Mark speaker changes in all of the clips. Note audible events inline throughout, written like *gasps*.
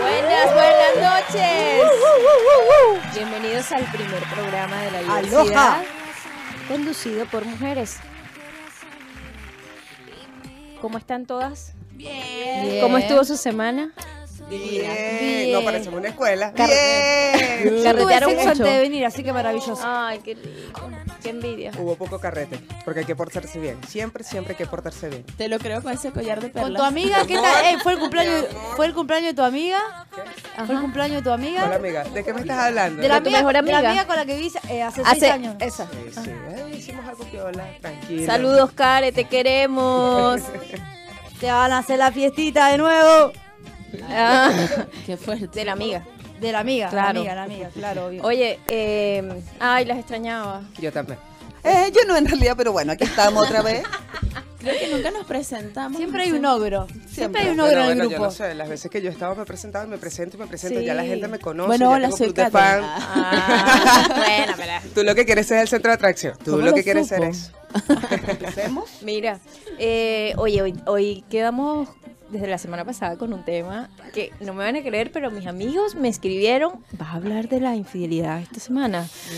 Speaker 1: Buenas, buenas noches. Bienvenidos al primer programa de la diversidad
Speaker 2: Aloha.
Speaker 1: conducido por mujeres. ¿Cómo están todas? Bien. ¿Cómo estuvo su semana?
Speaker 2: Bien. No
Speaker 1: Bien.
Speaker 2: parecemos una escuela.
Speaker 1: Car-
Speaker 2: Bien.
Speaker 3: Yo tuve
Speaker 1: Carretearon
Speaker 3: sexo
Speaker 1: mucho.
Speaker 3: antes de venir, así que maravilloso.
Speaker 1: Ay, qué rico. Qué envidia.
Speaker 2: Hubo poco carrete, porque hay que portarse bien. Siempre, siempre hay que portarse bien.
Speaker 4: Te lo creo con ese collar de perlas.
Speaker 3: Con tu amiga, ¿qué tal? Ey, fue el cumpleaños, fue el cumpleaños de tu amiga. Fue el
Speaker 1: Ajá.
Speaker 3: cumpleaños de tu
Speaker 2: Hola,
Speaker 3: amiga.
Speaker 2: amiga. ¿De qué me estás hablando?
Speaker 3: De la
Speaker 1: tu mejor
Speaker 3: de la
Speaker 1: amiga.
Speaker 3: amiga con la que viví eh, hace,
Speaker 1: Hace-
Speaker 3: seis años.
Speaker 1: esa.
Speaker 2: Sí, sí. Ay, hicimos algo piola. Tranquila.
Speaker 1: Saludos, Care, te queremos.
Speaker 3: Te van a hacer la fiestita de nuevo.
Speaker 1: Ah,
Speaker 4: Qué fuerte.
Speaker 1: de la amiga.
Speaker 3: De la amiga,
Speaker 1: Claro.
Speaker 3: la amiga, la amiga, claro, obvio.
Speaker 1: Oye, eh, ay, las extrañaba.
Speaker 2: Yo también.
Speaker 5: Eh, yo no en realidad, pero bueno, aquí estamos otra vez.
Speaker 4: Creo que nunca nos presentamos.
Speaker 3: Siempre hay un ogro. Siempre, hay un
Speaker 2: Pero
Speaker 3: ogro
Speaker 2: bueno,
Speaker 3: en el
Speaker 2: yo
Speaker 3: grupo.
Speaker 2: no sé, las veces que yo estaba me presentaba, me presento, me presento,
Speaker 1: Sí.
Speaker 2: ya la gente me conoce.
Speaker 4: Bueno,
Speaker 2: ya
Speaker 4: hola,
Speaker 2: tengo
Speaker 4: soy
Speaker 2: club de
Speaker 4: Katia.
Speaker 2: fan.
Speaker 4: Ah.
Speaker 1: Ah, bueno, pero
Speaker 2: Tú lo que quieres es el centro de atracción. Tú
Speaker 4: ¿Cómo
Speaker 2: lo
Speaker 4: lo
Speaker 2: que quieres ser
Speaker 4: supo?
Speaker 2: es.
Speaker 5: Empecemos.
Speaker 1: mira, eh, oye, hoy, hoy quedamos desde la semana pasada con un tema que no me van a creer, pero mis amigos me escribieron, vas a hablar de la infidelidad esta semana.
Speaker 5: Mm.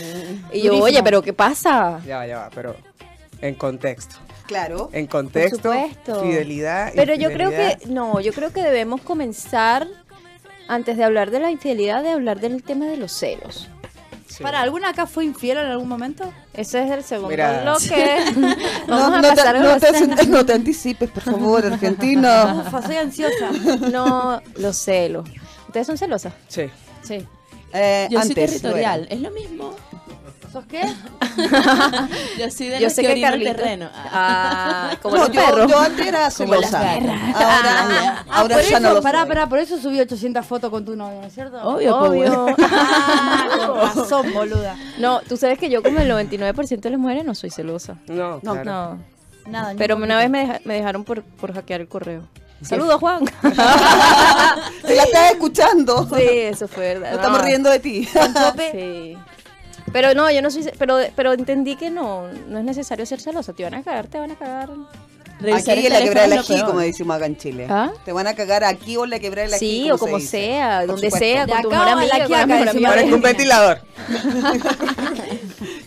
Speaker 1: Y yo,
Speaker 3: Durísimo.
Speaker 1: oye, pero ¿qué pasa?
Speaker 2: Ya va, ya va, pero en contexto.
Speaker 5: Claro.
Speaker 2: En contexto,
Speaker 1: supuesto.
Speaker 2: fidelidad.
Speaker 1: Pero yo creo
Speaker 2: infidelidad.
Speaker 1: que, no, yo creo que debemos comenzar, antes de hablar de la infidelidad, de hablar del tema de los celos.
Speaker 2: Sí.
Speaker 3: ¿Para alguna acá fue infiel en algún momento?
Speaker 1: Ese es el segundo
Speaker 2: Mira.
Speaker 5: *laughs*
Speaker 1: bloque. Vamos
Speaker 5: No,
Speaker 1: a
Speaker 5: no te,
Speaker 1: pasar a
Speaker 5: no
Speaker 1: los *laughs*
Speaker 5: te-
Speaker 1: celos.
Speaker 5: no te anticipes, por favor,
Speaker 3: *laughs*
Speaker 5: argentino.
Speaker 3: Ufa, soy ansiosa.
Speaker 1: No, los celos. ¿Ustedes son celosas?
Speaker 2: Sí.
Speaker 1: Sí.
Speaker 5: Eh,
Speaker 4: Yo soy
Speaker 5: antes,
Speaker 4: territorial, es lo mismo.
Speaker 3: ¿Sos qué?
Speaker 4: *laughs* Yo soy de
Speaker 1: Yo
Speaker 4: las
Speaker 1: sé
Speaker 4: que
Speaker 1: que
Speaker 4: orino el
Speaker 1: Carlito.
Speaker 4: terreno. Ah.
Speaker 1: Ah, como
Speaker 5: bueno.
Speaker 1: los
Speaker 5: No, yo,
Speaker 1: perros.
Speaker 5: yo antes era celosa. Ahora,
Speaker 3: Ah,
Speaker 5: ahora
Speaker 3: por
Speaker 5: ya
Speaker 3: eso,
Speaker 5: no lo
Speaker 3: pará,
Speaker 5: soy.
Speaker 3: pará, por eso subí 800 fotos con tu novio, ¿no es cierto?
Speaker 4: Obvio, pues, bueno.
Speaker 3: Ah,
Speaker 1: *laughs*
Speaker 3: con *laughs* razón, boluda.
Speaker 1: No, tú sabes que yo como el 99% de las mujeres no soy celosa.
Speaker 2: No,
Speaker 5: No,
Speaker 2: claro.
Speaker 1: No.
Speaker 4: Ah,
Speaker 3: Nada, ni
Speaker 1: Pero
Speaker 3: un
Speaker 1: una
Speaker 3: poquito.
Speaker 1: vez me, deja- me dejaron por, por hackear el correo. Saludos, Juan.
Speaker 5: Te la estás escuchando.
Speaker 1: Sí, Ah. eso fue verdad.
Speaker 5: Nos estamos
Speaker 1: No,
Speaker 5: riendo de ti.
Speaker 1: Sí. Pero no, yo no soy... ce- Pero, pero entendí que no, no es necesario ser celosa. Te van a cagar, te van a cagar.
Speaker 4: Revisar
Speaker 5: aquí en
Speaker 4: el
Speaker 5: la
Speaker 4: teléfono
Speaker 5: quebrada del
Speaker 4: es lo
Speaker 5: ají,
Speaker 4: peor.
Speaker 5: como decimos acá en Chile.
Speaker 1: ¿Ah?
Speaker 5: Te van a cagar aquí o en la quebrada del ají.
Speaker 1: Sí, o como
Speaker 5: se dice.
Speaker 1: sea,
Speaker 5: Por
Speaker 1: donde
Speaker 5: supuesto.
Speaker 1: sea,
Speaker 3: De
Speaker 1: con tu
Speaker 3: acá
Speaker 1: mejor
Speaker 3: o de la
Speaker 1: amiga, con la
Speaker 3: quiaca,
Speaker 1: mejor *laughs* amiga.
Speaker 3: decimos.
Speaker 2: Parezco un
Speaker 4: *laughs*
Speaker 2: ventilador.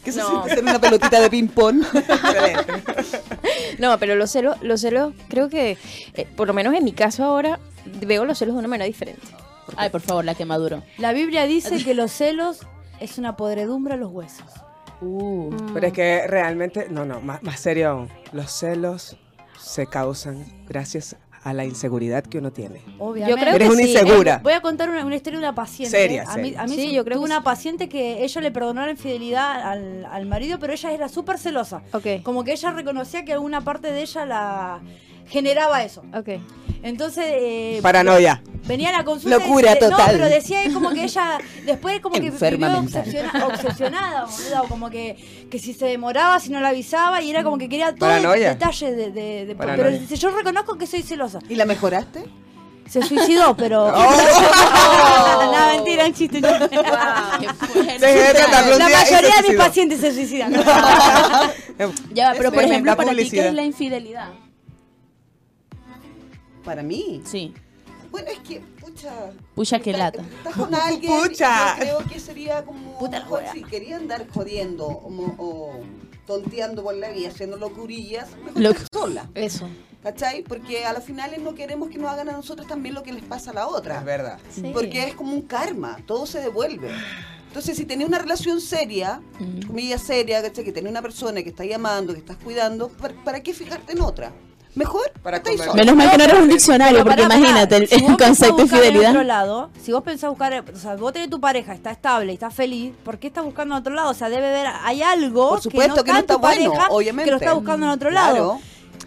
Speaker 5: ¿Qué se
Speaker 1: No.
Speaker 5: siente ser una pelotita de ping-pong?
Speaker 2: Excelente.
Speaker 1: No, pero los celos, los celos, creo que, eh, por lo menos en mi caso ahora, veo los celos de una manera diferente.
Speaker 4: Ay, por favor, la que maduro.
Speaker 3: La Biblia dice que los celos es una podredumbre a los huesos.
Speaker 2: Pero es que realmente, no, no, más, más serio aún. Los celos se causan gracias a la inseguridad que uno tiene.
Speaker 3: Obviamente.
Speaker 1: Creo
Speaker 2: Eres
Speaker 1: que
Speaker 2: una
Speaker 1: sí.
Speaker 2: insegura.
Speaker 3: Voy a contar una, una historia de una paciente. ¿eh?
Speaker 2: Seria,
Speaker 3: a mí,
Speaker 2: seria.
Speaker 3: a mí
Speaker 1: Sí,
Speaker 3: su-
Speaker 1: yo creo
Speaker 3: tuve
Speaker 1: que
Speaker 3: una
Speaker 1: sí.
Speaker 3: paciente que ellos le perdonaron infidelidad al, al marido, pero ella era súper celosa.
Speaker 1: Ok.
Speaker 3: Como que ella reconocía que alguna parte de ella la generaba eso.
Speaker 1: Ok.
Speaker 3: Entonces, eh,
Speaker 2: Paranoia.
Speaker 3: Venía a la consulta. y
Speaker 5: Locura
Speaker 3: decía-
Speaker 5: total.
Speaker 3: No, pero decía que como que ella después como que
Speaker 5: Enferma
Speaker 3: vivió
Speaker 5: mental.
Speaker 3: obsesiona- obsesionada, boluda, o como que, que si se demoraba, si no la avisaba, y era como que quería todo el
Speaker 2: Paranoia.
Speaker 3: detalle de... de- de- pero
Speaker 2: Paranoia.
Speaker 3: dice, yo reconozco que soy celosa.
Speaker 5: ¿Y la mejoraste?
Speaker 3: Se suicidó,
Speaker 5: *laughs*
Speaker 3: pero...
Speaker 5: Oh.
Speaker 3: no, mentira, un chiste. un chiste.
Speaker 4: *laughs* Qué fuerte.
Speaker 2: Dejé de tratarlo un
Speaker 3: La
Speaker 2: día y se
Speaker 3: mayoría de mis
Speaker 2: suicidó.
Speaker 3: pacientes se suicidan.
Speaker 4: Ya, va, pero por
Speaker 2: Ves,
Speaker 4: ejemplo,
Speaker 2: la
Speaker 4: para ti,
Speaker 2: publicidad.
Speaker 4: ¿qué es la infidelidad?
Speaker 5: Para mí.
Speaker 4: Sí.
Speaker 5: Bueno, es que, pucha.
Speaker 4: Puya que lata.
Speaker 5: Estás con alguien.
Speaker 2: Pucha.
Speaker 5: yo creo que sería como.
Speaker 3: Puta la
Speaker 5: mejor
Speaker 3: wea.
Speaker 5: si quería andar jodiendo como- o, tonteando por la vida, haciendo locurillas, mejor
Speaker 4: Lo-
Speaker 5: estar sola.
Speaker 1: Eso.
Speaker 5: ¿Cachai? Porque a las finales no queremos que nos hagan a nosotros también lo que les pasa a la otra.
Speaker 2: Es verdad.
Speaker 5: Porque es como un karma, todo se devuelve. Entonces, si tenés una relación seria,
Speaker 3: Mm.
Speaker 5: comillas seria, ¿cachai? Que tenés una persona que está llamando, que estás cuidando, ¿para, para qué fijarte en otra? Mejor
Speaker 2: Para
Speaker 5: estáis
Speaker 2: comer.
Speaker 5: sola.
Speaker 4: Menos mal que no eres un diccionario, porque
Speaker 3: Pero pará, pará.
Speaker 4: imagínate el,
Speaker 3: Si vos
Speaker 4: el
Speaker 3: pensás
Speaker 4: concepto de
Speaker 3: buscar en otro
Speaker 4: infidelidad.
Speaker 3: lado, si vos pensás buscar, o sea, vos tenés tu pareja, está estable, y está feliz, ¿por qué estás buscando en otro lado? O sea, debe haber, hay algo
Speaker 5: Por supuesto que no
Speaker 3: en tu
Speaker 5: está bueno,
Speaker 3: pareja
Speaker 5: obviamente.
Speaker 3: que lo está buscando en otro
Speaker 5: Claro.
Speaker 3: lado.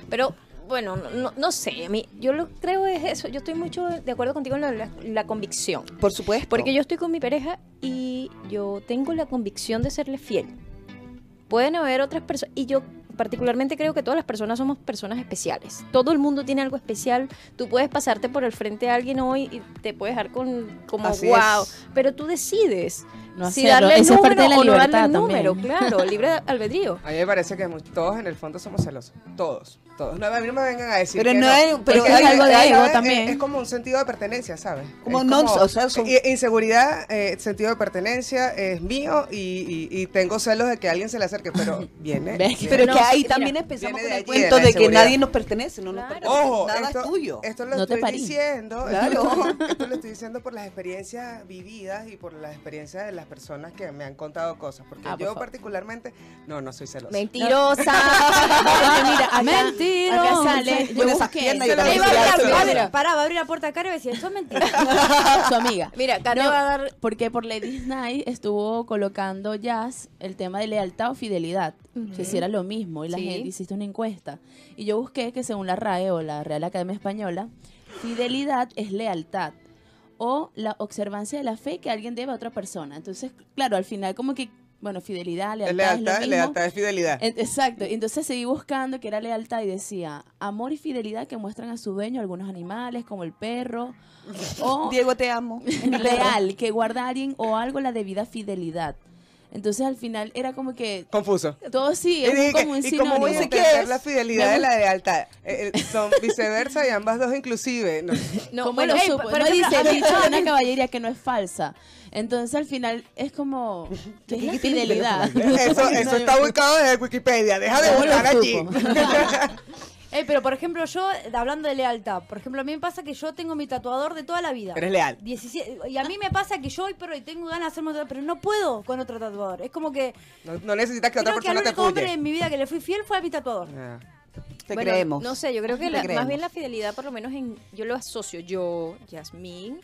Speaker 1: Pero bueno, no, no- no sé, a mí yo lo creo es eso, yo estoy mucho de acuerdo contigo en la, la- la convicción.
Speaker 5: Por supuesto.
Speaker 1: Porque yo estoy con mi pareja y yo tengo la convicción de serle fiel. Pueden haber otras personas, y yo particularmente creo que todas las personas somos personas especiales. Todo el mundo tiene algo especial. Tú puedes pasarte por el frente a alguien hoy y te puedes dejar con como
Speaker 5: Así
Speaker 1: wow,
Speaker 5: es.
Speaker 1: pero tú decides
Speaker 4: No
Speaker 1: si
Speaker 4: hacerlo.
Speaker 1: darle el
Speaker 4: Esa es parte
Speaker 1: número
Speaker 4: de la
Speaker 1: o no darle
Speaker 4: libertad
Speaker 1: el número,
Speaker 4: *laughs* también.
Speaker 1: claro, libre albedrío.
Speaker 2: A mí me parece que mu- todos en el fondo somos celosos. Todos. Todos. No, a mí no me vengan a decir.
Speaker 5: Pero
Speaker 2: que
Speaker 5: no es- pero
Speaker 4: es algo de ego
Speaker 2: es-
Speaker 4: también.
Speaker 2: Es, como un sentido de pertenencia, ¿sabes?
Speaker 5: Como
Speaker 2: Es
Speaker 5: no- o sea, son-
Speaker 2: i- Inseguridad, eh, sentido de pertenencia es mío y, y- y tengo celos de que alguien se le acerque, pero viene.
Speaker 4: Ves,
Speaker 2: viene.
Speaker 5: Pero
Speaker 4: No,
Speaker 5: que ahí
Speaker 4: mira,
Speaker 5: también
Speaker 2: viene
Speaker 5: empezamos
Speaker 2: de
Speaker 5: con el
Speaker 2: allí,
Speaker 5: cuento
Speaker 2: de la
Speaker 5: de que
Speaker 2: inseguridad.
Speaker 5: nadie nos pertenece, no nos
Speaker 1: Claro.
Speaker 5: pertenece.
Speaker 2: Ojo,
Speaker 5: nada
Speaker 2: esto,
Speaker 5: es tuyo.
Speaker 2: Esto lo
Speaker 4: No te
Speaker 2: estoy
Speaker 4: parí.
Speaker 2: diciendo. *laughs*
Speaker 5: Claro.
Speaker 2: Esto, esto lo estoy diciendo por las experiencias vividas y por las experiencias de las personas que me han contado cosas. Porque
Speaker 4: Ah, por
Speaker 2: yo
Speaker 4: favor.
Speaker 2: particularmente, no, no soy celoso.
Speaker 1: Mentirosa.
Speaker 4: *laughs* Mira, acá,
Speaker 3: Mentirosa.
Speaker 4: acá sale. Yo
Speaker 5: Con esas
Speaker 4: busqué
Speaker 5: piernas
Speaker 2: yo
Speaker 4: Te
Speaker 2: también
Speaker 4: iba a
Speaker 2: soy
Speaker 4: hablar,
Speaker 2: alto.
Speaker 4: iba a
Speaker 3: Va a
Speaker 4: hablar.
Speaker 3: abrir- Pará, va a abrir la puerta a cara y va a decir, eso es
Speaker 5: *laughs*
Speaker 3: mentira.
Speaker 4: *laughs* su amiga.
Speaker 1: Mira, Karen
Speaker 4: No,
Speaker 1: va a dar.
Speaker 4: Porque por Ladies Night estuvo colocando jazz el tema de lealtad o fidelidad, que si era lo mismo, y la
Speaker 1: Sí.
Speaker 4: gente hiciste una encuesta. Y yo busqué que según la RAE o la Real Academia Española, fidelidad es lealtad o la observancia de la fe que alguien debe a otra persona. Entonces, claro, al final como que, bueno, fidelidad,
Speaker 2: Es
Speaker 4: lealtad, es lo
Speaker 2: lealtad,
Speaker 4: mismo.
Speaker 2: lealtad es fidelidad.
Speaker 4: En- Exacto, y entonces seguí buscando que era lealtad y decía amor y fidelidad que muestran a su dueño algunos animales como el perro o
Speaker 2: *laughs*
Speaker 5: Diego, te amo.
Speaker 4: real, que guarda a alguien o algo la debida fidelidad. Entonces al final era como que
Speaker 2: Confuso.
Speaker 4: todo sí,
Speaker 2: Y
Speaker 4: es un-
Speaker 2: dije,
Speaker 4: como un
Speaker 2: ¿y cómo
Speaker 4: sinónimo.
Speaker 2: voy a
Speaker 5: ¿Ese qué
Speaker 2: entender
Speaker 5: es?
Speaker 2: la fidelidad de la lealtad? Eh, eh, son viceversa y ambas dos inclusive.
Speaker 3: *laughs*
Speaker 2: No.
Speaker 1: No,
Speaker 4: ¿Cómo
Speaker 1: bueno,
Speaker 4: lo
Speaker 1: hey,
Speaker 4: supo?
Speaker 1: por
Speaker 4: no
Speaker 1: ejemplo,
Speaker 4: dice
Speaker 1: a mí-
Speaker 4: dicho de una caballería que no es falsa. Entonces al final es
Speaker 1: *laughs*
Speaker 4: como ¿qué es la fidelidad.
Speaker 2: Eso, eso está ubicado desde Wikipedia. Deja de
Speaker 4: ¿Cómo lo
Speaker 2: buscar allí.
Speaker 4: supo?
Speaker 3: Ey, pero por ejemplo, yo, de- hablando de lealtad, por ejemplo, a mí me pasa que yo tengo mi tatuador de toda la vida.
Speaker 2: *laughs* Eres leal.
Speaker 3: 17 y a mí me pasa que yo hoy por hoy tengo ganas de hacerme otro, pero no puedo con otro tatuador. Es como que
Speaker 2: No, no necesitas que otra
Speaker 3: creo que al
Speaker 2: persona te
Speaker 3: único hombre
Speaker 2: puye.
Speaker 3: en mi vida que le fui fiel fue a mi tatuador.
Speaker 2: Ah.
Speaker 5: Te
Speaker 1: Bueno,
Speaker 5: creemos.
Speaker 1: No sé, yo creo que
Speaker 5: Te
Speaker 1: la-
Speaker 5: creemos.
Speaker 1: más bien la fidelidad, por lo menos en, yo lo asocio, yo, Yasmín,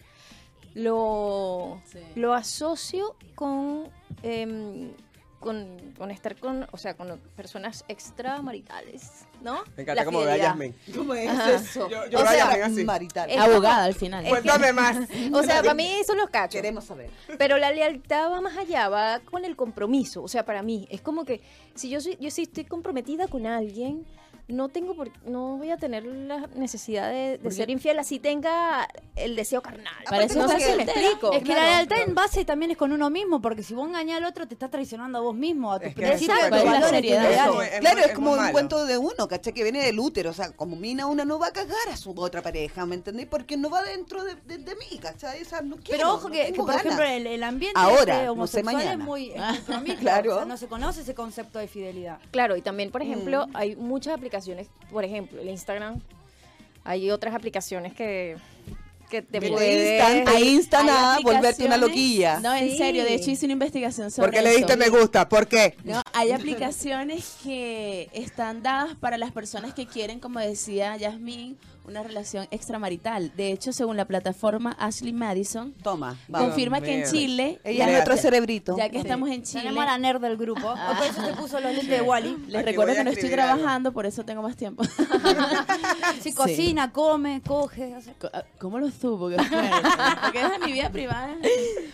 Speaker 1: lo,
Speaker 4: Sí.
Speaker 1: lo asocio con, em, con, con estar con, o sea, con personas extramaritales, ¿no?
Speaker 2: Me encanta
Speaker 1: La
Speaker 2: cómo ve a
Speaker 1: fidelidad.
Speaker 2: Yasmin.
Speaker 5: ¿Cómo es eso?
Speaker 2: Yo- yo
Speaker 5: O
Speaker 2: lo
Speaker 5: sea,
Speaker 2: llamé así.
Speaker 5: marital.
Speaker 1: Es-
Speaker 4: *laughs* Abogada al final.
Speaker 3: *laughs*
Speaker 2: Cuéntame más.
Speaker 1: O sea, para mí son los cachos.
Speaker 5: Queremos saber.
Speaker 1: Pero la lealtad va más allá, va con el compromiso. O sea, para mí, es como que si yo, soy, yo sí estoy comprometida con alguien, no tengo por, no voy a tener la necesidad de, de ser infiel, así tenga el deseo carnal.
Speaker 4: Para eso
Speaker 1: no
Speaker 4: estás
Speaker 1: sé si me
Speaker 4: soltera.
Speaker 1: explico.
Speaker 3: Es que
Speaker 5: Claro,
Speaker 3: la lealtad
Speaker 5: claro.
Speaker 3: en base también es con uno mismo, porque si vos engañás al otro, te estás traicionando a vos mismo, a tus
Speaker 2: Es que
Speaker 3: principios,
Speaker 1: exacto,
Speaker 3: tus
Speaker 1: es la
Speaker 3: valores, tus
Speaker 4: seriedad.
Speaker 3: ideales.
Speaker 2: muy- es
Speaker 5: claro,
Speaker 2: muy-
Speaker 5: es,
Speaker 2: es
Speaker 5: como
Speaker 2: muy
Speaker 5: un
Speaker 2: malo.
Speaker 5: cuento de uno, ¿cachai? Que viene del útero. O sea, como mina, una no va a cagar a su otra pareja, ¿me entendéis? Porque no va dentro de, de- de mí, ¿cachai? O sea, no quiero,
Speaker 3: Pero ojo
Speaker 5: no
Speaker 3: que, que,
Speaker 5: tengo
Speaker 3: por
Speaker 5: ganas.
Speaker 3: ejemplo, el, el ambiente
Speaker 5: Ahora,
Speaker 3: este
Speaker 5: no sé
Speaker 3: homosexual es
Speaker 5: mañana.
Speaker 3: muy es muy promiscuo,
Speaker 5: Claro.
Speaker 3: o sea, no se conoce ese concepto de fidelidad.
Speaker 1: Claro, y también, por ejemplo,
Speaker 4: Mm.
Speaker 1: hay muchas aplicaciones, por ejemplo, el Instagram, hay otras aplicaciones que, que te
Speaker 5: Te
Speaker 1: pueden...
Speaker 5: instan, te instan a
Speaker 4: Hay
Speaker 5: volverte una
Speaker 4: aplicaciones-
Speaker 5: loquilla.
Speaker 4: No, en
Speaker 1: Sí.
Speaker 4: serio, de hecho hice una investigación sobre
Speaker 2: ¿Por qué le
Speaker 4: eso.
Speaker 2: diste me gusta? ¿Por qué?
Speaker 4: No, hay aplicaciones que están dadas para las personas que quieren, como decía Yasmín, una relación extramarital. De hecho, según la plataforma Ashley Madison,
Speaker 5: Toma,
Speaker 2: Confío.
Speaker 5: vamos.
Speaker 4: confirma que en
Speaker 2: mío.
Speaker 4: Chile,
Speaker 5: Ella
Speaker 2: Ya,
Speaker 5: es nuestro
Speaker 2: ya.
Speaker 5: cerebrito.
Speaker 4: ya que estamos en
Speaker 3: Tenemos a
Speaker 4: Chile,
Speaker 3: la nerd del grupo. Por eso se puso los lentes de
Speaker 4: *laughs*
Speaker 3: Wally.
Speaker 4: les
Speaker 2: Aquí voy
Speaker 4: recuerdo
Speaker 2: a
Speaker 4: que no estoy
Speaker 2: escribir algo.
Speaker 4: trabajando, por eso tengo más tiempo. *laughs*
Speaker 3: Si cocina, come, coge. hace-
Speaker 4: Co- ah, ¿Cómo lo supo? Qué fuerte. Porque es de mi vida privada.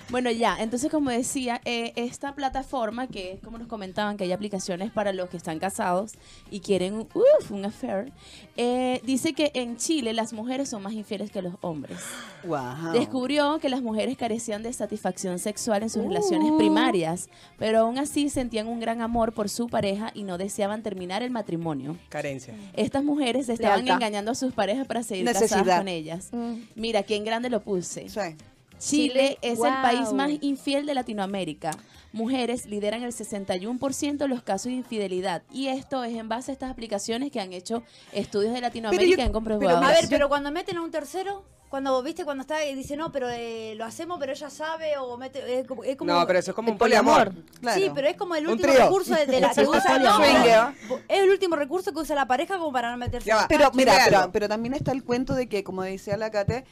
Speaker 4: Bueno, ya, entonces como decía, eh, esta plataforma, que es como nos comentaban, que hay aplicaciones para los que están casados y quieren uf, un affair, eh, dice que en Chile las mujeres son más infieles que los hombres.
Speaker 5: Guau.
Speaker 4: Descubrió que las mujeres carecían de satisfacción sexual en sus relaciones primarias, pero aún así sentían un gran amor por su pareja y no deseaban terminar el matrimonio.
Speaker 2: Carencia.
Speaker 4: Estas mujeres estaban
Speaker 1: Lealtad.
Speaker 4: engañando a sus parejas para seguir casadas
Speaker 5: Necesidad.
Speaker 4: con ellas.
Speaker 1: Mm.
Speaker 4: Mira, aquí en grande lo puse.
Speaker 5: Sí.
Speaker 4: Chile
Speaker 1: Chile,
Speaker 4: es el
Speaker 1: wow.
Speaker 4: país más infiel de Latinoamérica. Mujeres lideran el 61% de los casos de infidelidad. Y esto es en base a estas aplicaciones que han hecho estudios de Latinoamérica
Speaker 5: yo-
Speaker 4: y han comprobado.
Speaker 5: pero
Speaker 3: A
Speaker 5: mira,
Speaker 3: ver,
Speaker 5: yo-
Speaker 3: pero cuando meten a un tercero, cuando viste cuando está y dice no, pero eh, lo hacemos, pero ella sabe o mete es como, es como-
Speaker 2: No, pero eso es como
Speaker 4: el
Speaker 2: un poliamor.
Speaker 4: poliamor.
Speaker 5: Claro.
Speaker 3: Sí, pero es como el
Speaker 2: Un
Speaker 3: último
Speaker 2: trío.
Speaker 3: recurso de, de la que usa
Speaker 4: Poliamor.
Speaker 3: no, pero
Speaker 5: Swinger.
Speaker 3: es el último recurso que usa la pareja como para no meterse.
Speaker 2: Ya va.
Speaker 5: Pero mira,
Speaker 2: Vealo.
Speaker 5: pero, pero también está el cuento de que, como decía la Cate,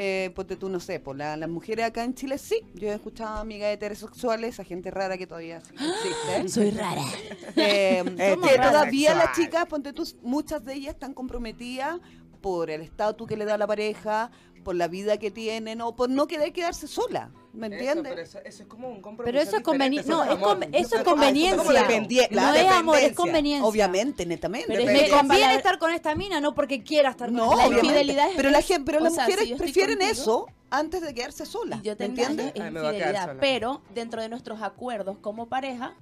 Speaker 5: eh, ponte tú, no sé, por la- las mujeres acá en Chile sí. Yo he escuchado a amigas heterosexuales, a gente rara que todavía *gasps* sí existe.
Speaker 4: Soy rara.
Speaker 5: *laughs* Eh,
Speaker 2: Somos
Speaker 5: que
Speaker 2: raras.
Speaker 5: todavía las
Speaker 2: Sexual.
Speaker 5: chicas, ponte tú, muchas de ellas están comprometidas por el estatus que le da la pareja, por la vida que tienen o por no querer quedarse sola. ¿Me
Speaker 2: Pero
Speaker 5: entiendes?
Speaker 2: eso, eso es como un compromiso.
Speaker 3: Pero eso es conveni-
Speaker 2: diferente,
Speaker 3: no, es
Speaker 2: amor.
Speaker 3: con- eso es
Speaker 2: Ah, como
Speaker 3: conveniencia.
Speaker 2: dependie- la
Speaker 3: No es amor, es
Speaker 2: dependencia.
Speaker 3: conveniencia.
Speaker 5: Obviamente, netamente.
Speaker 4: Pero es
Speaker 3: Me
Speaker 5: pero-
Speaker 4: Dependencia.
Speaker 3: conviene
Speaker 4: Palabra-
Speaker 3: estar con esta mina, no porque quiera estar con
Speaker 5: No,
Speaker 3: esta mina.
Speaker 5: obviamente.
Speaker 4: infidelidad es-
Speaker 5: pero la gente, pero
Speaker 4: o
Speaker 5: las
Speaker 4: sea,
Speaker 5: mujeres
Speaker 4: si yo estoy
Speaker 5: prefieren
Speaker 4: contigo-
Speaker 5: eso antes de quedarse sola.
Speaker 4: Y yo
Speaker 5: ¿Me
Speaker 4: te engaño,
Speaker 2: Ah,
Speaker 5: entiendes?
Speaker 4: es
Speaker 2: Ay, me voy a quedar
Speaker 4: infidelidad.
Speaker 2: sola.
Speaker 4: Pero dentro de nuestros acuerdos como pareja,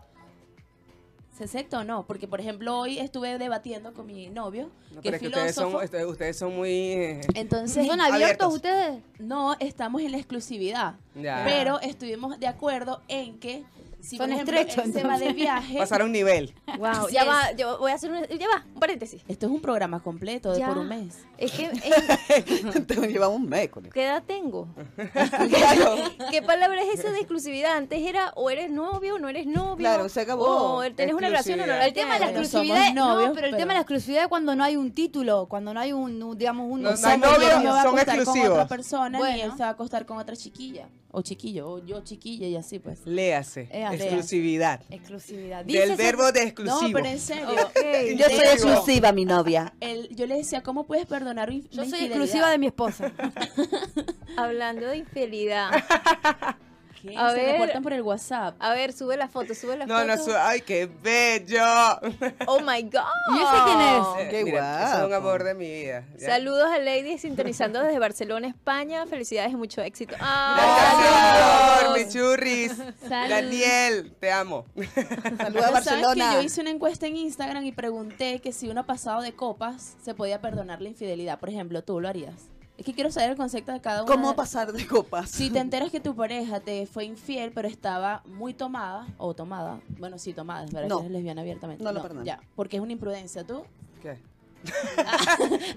Speaker 4: ¿Se acepta o no? Porque, por ejemplo, hoy estuve debatiendo con mi novio,
Speaker 2: No,
Speaker 4: que
Speaker 2: pero
Speaker 4: es
Speaker 2: es que ustedes son,
Speaker 4: filósofo.
Speaker 2: ustedes, ustedes son muy... eh,
Speaker 4: Entonces,
Speaker 3: ¿Son
Speaker 2: abiertos.
Speaker 3: abiertos, ustedes?
Speaker 4: no estamos en la exclusividad.
Speaker 2: Ya.
Speaker 4: Pero estuvimos de acuerdo en que si
Speaker 3: Son
Speaker 4: por ejemplo,
Speaker 3: estrechos,
Speaker 4: él se va de
Speaker 3: entonces.
Speaker 4: viaje.
Speaker 2: pasar a un nivel.
Speaker 1: Wow,
Speaker 4: Así
Speaker 1: ya
Speaker 4: es.
Speaker 1: va, yo voy a hacer un, ya va, un paréntesis.
Speaker 4: Esto es un programa completo de
Speaker 1: Ya.
Speaker 4: por un mes.
Speaker 1: Es que, es-
Speaker 5: *laughs* Te llevamos un mes con esto.
Speaker 1: ¿qué edad tengo?
Speaker 5: Claro.
Speaker 1: *laughs* ¿Qué palabra es esa de exclusividad? Antes era o eres novio o no eres novio.
Speaker 5: Claro, se acabó.
Speaker 1: O tenés una relación o no.
Speaker 2: Exclusividad.
Speaker 1: El tema de la
Speaker 4: Bueno,
Speaker 1: exclusividad.
Speaker 3: exclusividad,
Speaker 4: somos novios,
Speaker 3: no, pero el
Speaker 4: pero-
Speaker 3: tema de la exclusividad es cuando no hay un título, cuando no hay un, un, digamos, un...
Speaker 2: No,
Speaker 3: o
Speaker 2: no
Speaker 3: sea,
Speaker 2: hay novio,
Speaker 4: yo me voy a
Speaker 2: son
Speaker 4: acostar
Speaker 2: exclusivos.
Speaker 4: con otra persona y él
Speaker 3: Bueno.
Speaker 4: se va a acostar con otra chiquilla. O chiquillo, o yo chiquilla y así pues.
Speaker 2: Léase.
Speaker 4: Eh, léase.
Speaker 2: exclusividad.
Speaker 3: Exclusividad.
Speaker 2: Del
Speaker 3: Dícese-
Speaker 2: verbo de
Speaker 4: No,
Speaker 2: exclusivo.
Speaker 4: pero en serio.
Speaker 1: Ok.
Speaker 4: Yo soy
Speaker 5: exclusiva, mi novia.
Speaker 4: él- yo le decía, ¿cómo puedes perdonar un
Speaker 3: Yo soy exclusiva de mi esposa.
Speaker 1: Hablando de infidelidad. A
Speaker 4: A se
Speaker 1: ver.
Speaker 4: reportan por el WhatsApp.
Speaker 1: A ver, sube la foto, sube la
Speaker 2: No,
Speaker 1: foto.
Speaker 2: no, su- ay, qué bello.
Speaker 1: Oh my God.
Speaker 3: ¿Y ese quién es?
Speaker 5: Oh,
Speaker 2: *laughs*
Speaker 5: Qué
Speaker 2: Mira, eso es un
Speaker 5: guapo.
Speaker 2: amor de mi vida. Ya.
Speaker 1: Saludos a Lady sintonizando desde Barcelona, España. Felicidades y mucho éxito.
Speaker 2: Gracias, amor, mi
Speaker 1: ¡Ay!
Speaker 2: churris.
Speaker 4: Salud.
Speaker 2: Daniel, te amo.
Speaker 5: *laughs* Saluda a
Speaker 4: Pero sabes
Speaker 5: Barcelona.
Speaker 4: que yo hice una encuesta en Instagram y pregunté que si uno ha pasado de copas se podía perdonar la infidelidad. Por ejemplo, tú lo harías. Es que quiero saber el concepto de cada uno.
Speaker 5: ¿Cómo pasar de copas?
Speaker 4: Si te enteras que tu pareja te fue infiel, pero estaba muy tomada o tomada, bueno, sí, tomada, es verdad
Speaker 5: No.
Speaker 4: que eres lesbiana abiertamente.
Speaker 5: No lo perdono.
Speaker 4: Ya, porque es una imprudencia. ¿Tú? *laughs*
Speaker 2: ¿Qué?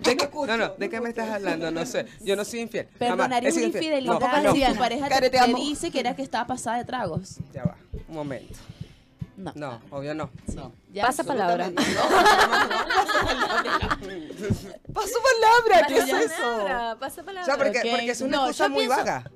Speaker 2: ¿De qué, *laughs* no, no, ¿de qué me estás hablando? No sé. Yo no soy infiel. Jamás. He
Speaker 4: ¿Perdonarías
Speaker 2: sido
Speaker 4: una
Speaker 2: infiel.
Speaker 4: infidelidad
Speaker 2: No,
Speaker 3: Tampoco es
Speaker 2: no.
Speaker 4: si tu
Speaker 3: lesbiana.
Speaker 4: pareja te,
Speaker 5: Care, te
Speaker 4: te
Speaker 5: amo.
Speaker 4: dice que era que estaba pasada de tragos?
Speaker 2: Ya va, un momento.
Speaker 4: No.
Speaker 2: No, obvio no.
Speaker 5: No.
Speaker 4: Ya.
Speaker 1: Pasa palabra.
Speaker 5: Absolutamente. No, no, no, no, paso palabra. Paso palabra, ¿qué
Speaker 1: Pasa
Speaker 5: es eso?
Speaker 1: palabra, Pasa
Speaker 2: O
Speaker 1: palabra.
Speaker 2: sea, porque,
Speaker 4: Ok,
Speaker 2: porque es una
Speaker 4: no, yo
Speaker 2: cosa muy
Speaker 4: pienso-
Speaker 2: vaga.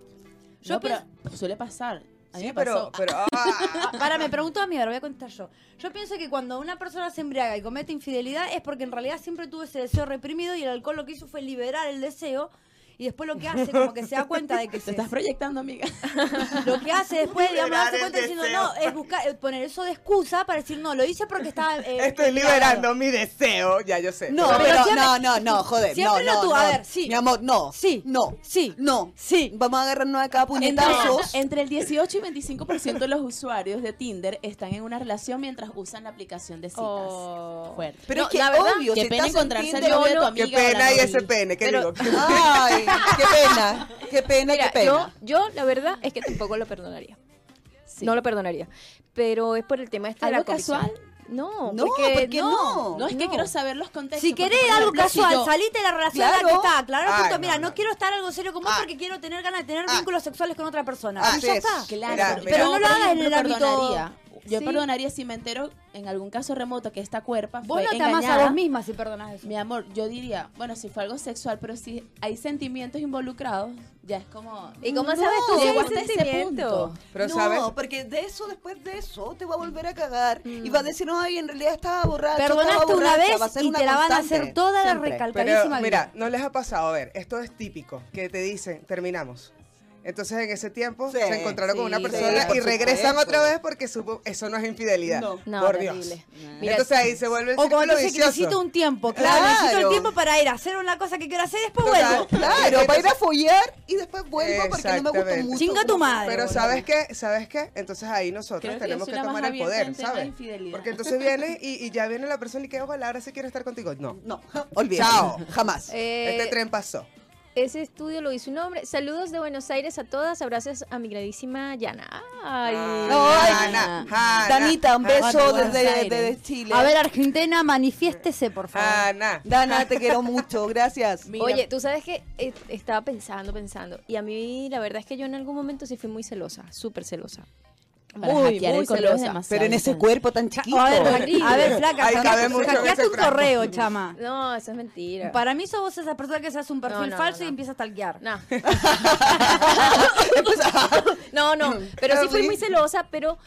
Speaker 4: No, pero suele pasar. A mí
Speaker 2: Sí,
Speaker 4: me
Speaker 2: pero,
Speaker 4: pasó. *laughs*
Speaker 2: pero ah,
Speaker 3: Ah, Para, me pregunto a mí, ahora voy a contestar yo. Yo pienso que cuando una persona se embriaga y comete infidelidad es porque en realidad siempre tuvo ese deseo reprimido y el alcohol lo que hizo fue liberar el deseo y después lo que hace, como que se da cuenta de que
Speaker 4: *laughs* Te
Speaker 3: se,
Speaker 4: estás proyectando, amiga.
Speaker 3: lo que hace después, digamos,
Speaker 2: Liberar
Speaker 3: darse cuenta
Speaker 2: el
Speaker 3: diciendo,
Speaker 2: deseo.
Speaker 3: no, es buscar, eh, poner eso de excusa para decir, no, lo hice porque estaba... eh,
Speaker 2: *laughs* estoy
Speaker 3: embriagado".
Speaker 2: liberando mi deseo. Ya yo sé.
Speaker 5: No,
Speaker 3: No,
Speaker 5: pero,
Speaker 3: pero siempre-
Speaker 5: no, no, no, joder.
Speaker 3: siempre
Speaker 5: no,
Speaker 3: lo
Speaker 5: no,
Speaker 3: tuvo, a
Speaker 5: no.
Speaker 3: ver, sí.
Speaker 5: Mi amor, no.
Speaker 3: Sí.
Speaker 5: No.
Speaker 3: Sí.
Speaker 5: No.
Speaker 3: Sí.
Speaker 5: Vamos a agarrarnos acá a puñetazos.
Speaker 4: Entre, entre el 18 y 25% de los usuarios de Tinder están en una relación mientras usan la aplicación de citas.
Speaker 1: Oh.
Speaker 4: Fuerte.
Speaker 5: Pero
Speaker 1: No,
Speaker 5: es que
Speaker 1: la verdad,
Speaker 5: obvio,
Speaker 4: qué
Speaker 5: si
Speaker 4: pena
Speaker 5: estás en
Speaker 4: encontrarse al
Speaker 5: Tinder-
Speaker 4: novio de tu
Speaker 2: Qué
Speaker 4: amiga.
Speaker 2: pena y
Speaker 4: Gabriel.
Speaker 2: ese pene. ¿Qué
Speaker 1: Pero-
Speaker 2: digo?
Speaker 5: Ay, qué pena, qué pena,
Speaker 1: Mira,
Speaker 5: qué pena.
Speaker 1: Yo, yo la verdad es que tampoco lo perdonaría.
Speaker 4: Sí.
Speaker 1: No lo perdonaría. Pero es por el tema este de la
Speaker 4: ¿Algo
Speaker 1: convicción.
Speaker 4: casual?
Speaker 1: No,
Speaker 5: No,
Speaker 1: porque
Speaker 5: ¿por qué no?
Speaker 4: No, es que
Speaker 1: No.
Speaker 4: quiero saber los contextos.
Speaker 3: Si
Speaker 4: porque,
Speaker 3: querés
Speaker 4: por
Speaker 3: algo
Speaker 4: ejemplo, si
Speaker 3: casual,
Speaker 4: yo-
Speaker 3: salite de la relación en la que
Speaker 5: Claro.
Speaker 3: está, claro,
Speaker 2: Ay,
Speaker 3: punto.
Speaker 2: no,
Speaker 3: Mira, no,
Speaker 2: no.
Speaker 3: quiero estar algo serio con vos
Speaker 5: Ah.
Speaker 3: porque quiero tener ganas de tener
Speaker 5: Ah.
Speaker 3: vínculos sexuales con otra persona.
Speaker 5: Ah,
Speaker 3: y ya
Speaker 5: sí es.
Speaker 3: está.
Speaker 4: Claro,
Speaker 2: Mira,
Speaker 4: pero,
Speaker 2: mira.
Speaker 4: yo,
Speaker 3: Pero no lo
Speaker 4: por
Speaker 3: hagas en
Speaker 4: ejemplo,
Speaker 3: el ámbito-
Speaker 4: perdonaría. Yo
Speaker 1: Sí.
Speaker 4: perdonaría si me entero en algún caso remoto que esta cuerpa
Speaker 3: Vos
Speaker 4: fue
Speaker 3: no te amás
Speaker 4: engañada.
Speaker 3: a vos misma si perdonás eso.
Speaker 4: Mi amor, yo diría, bueno, si fue algo sexual, pero si hay sentimientos involucrados, ya es como.
Speaker 1: ¿Y cómo sabes tú
Speaker 4: no,
Speaker 1: si hay
Speaker 4: llegó hasta ese
Speaker 1: sentimiento?
Speaker 4: punto.
Speaker 2: Pero
Speaker 5: no,
Speaker 2: sabes,
Speaker 5: porque de eso, después de eso, te va a volver a cagar. Y va a decir, ay, en realidad estaba borracho. Ah, estaba
Speaker 3: Perdonaste una
Speaker 5: borracha",
Speaker 3: vez
Speaker 5: va a ser
Speaker 3: y
Speaker 5: una
Speaker 3: te la van a
Speaker 5: constante,
Speaker 3: hacer toda la
Speaker 5: siempre.
Speaker 3: recalcadísima
Speaker 2: pero
Speaker 3: vida.
Speaker 2: mira, no les ha pasado, a ver, esto es típico, que te dicen, terminamos. Entonces en ese tiempo
Speaker 5: Sí,
Speaker 2: se encontraron con
Speaker 1: sí,
Speaker 2: una
Speaker 1: sí,
Speaker 2: persona
Speaker 5: por
Speaker 2: y regresan
Speaker 5: supuesto.
Speaker 2: otra vez porque supo, eso no es infidelidad.
Speaker 5: No.
Speaker 1: No,
Speaker 2: por
Speaker 1: terrible.
Speaker 2: Dios.
Speaker 1: Mira,
Speaker 2: Entonces ahí se vuelve el
Speaker 3: O cuando
Speaker 2: círculo
Speaker 3: dice que necesito
Speaker 2: vicioso.
Speaker 3: un tiempo, claro,
Speaker 5: Claro.
Speaker 3: necesito el tiempo para ir a hacer una cosa que quiero hacer y después
Speaker 2: Total.
Speaker 3: vuelvo.
Speaker 5: Claro,
Speaker 2: Entonces-
Speaker 5: para ir a follar y después vuelvo porque no me gustó
Speaker 2: Exactamente.
Speaker 5: mucho.
Speaker 3: Chinga tu madre.
Speaker 2: Pero
Speaker 3: boludo.
Speaker 2: ¿sabes qué? ¿Sabes qué? Entonces ahí nosotros
Speaker 4: Creo que
Speaker 2: tenemos
Speaker 4: yo soy
Speaker 2: que
Speaker 4: la más
Speaker 2: tomar el
Speaker 4: abierta
Speaker 2: poder,
Speaker 4: en tema de
Speaker 2: ¿sabes?
Speaker 4: infidelidad.
Speaker 2: Porque entonces viene y, y ya viene la persona y que ojalá ahora sí quiere estar contigo. No,
Speaker 5: No, *laughs* olvídate.
Speaker 2: Chao.
Speaker 5: Jamás.
Speaker 1: Eh,
Speaker 2: este tren pasó.
Speaker 1: Ese estudio lo hizo un hombre. Saludos de Buenos Aires a todas. Abrazos a mi queridísima Yana. Ay.
Speaker 5: Ay,
Speaker 4: Hanna,
Speaker 5: Danita, un beso
Speaker 4: Buenos
Speaker 5: desde,
Speaker 4: Aires.
Speaker 5: desde Chile.
Speaker 3: A ver, Argentina, manifiéstese, por favor.
Speaker 2: Hanna.
Speaker 5: Dana, te quiero mucho, gracias.
Speaker 4: Mira,
Speaker 1: Oye, tú sabes que eh, estaba pensando, pensando. Y a mí la verdad es que yo en algún momento sí fui muy celosa, súper celosa.
Speaker 4: para
Speaker 1: muy,
Speaker 4: hackear
Speaker 1: muy
Speaker 4: el color es
Speaker 1: celosa.
Speaker 4: demasiado
Speaker 5: Pero en ese
Speaker 4: distante.
Speaker 5: cuerpo tan chiquito.
Speaker 3: a ver, tranqui- a ver, flaca,
Speaker 2: Ahí
Speaker 3: hackeate-
Speaker 2: cabe mucho en
Speaker 3: hackeate
Speaker 2: ese
Speaker 3: un
Speaker 2: frasco.
Speaker 3: correo, chama.
Speaker 1: No, eso es mentira.
Speaker 3: Para mí sos vos esa persona que se hace un perfil
Speaker 1: No, no,
Speaker 3: falso
Speaker 1: no, no.
Speaker 3: y empieza a talquear.
Speaker 1: *laughs* No.
Speaker 5: Empezaba.
Speaker 1: No, no, pero sí fui
Speaker 5: Sorry.
Speaker 1: muy celosa, pero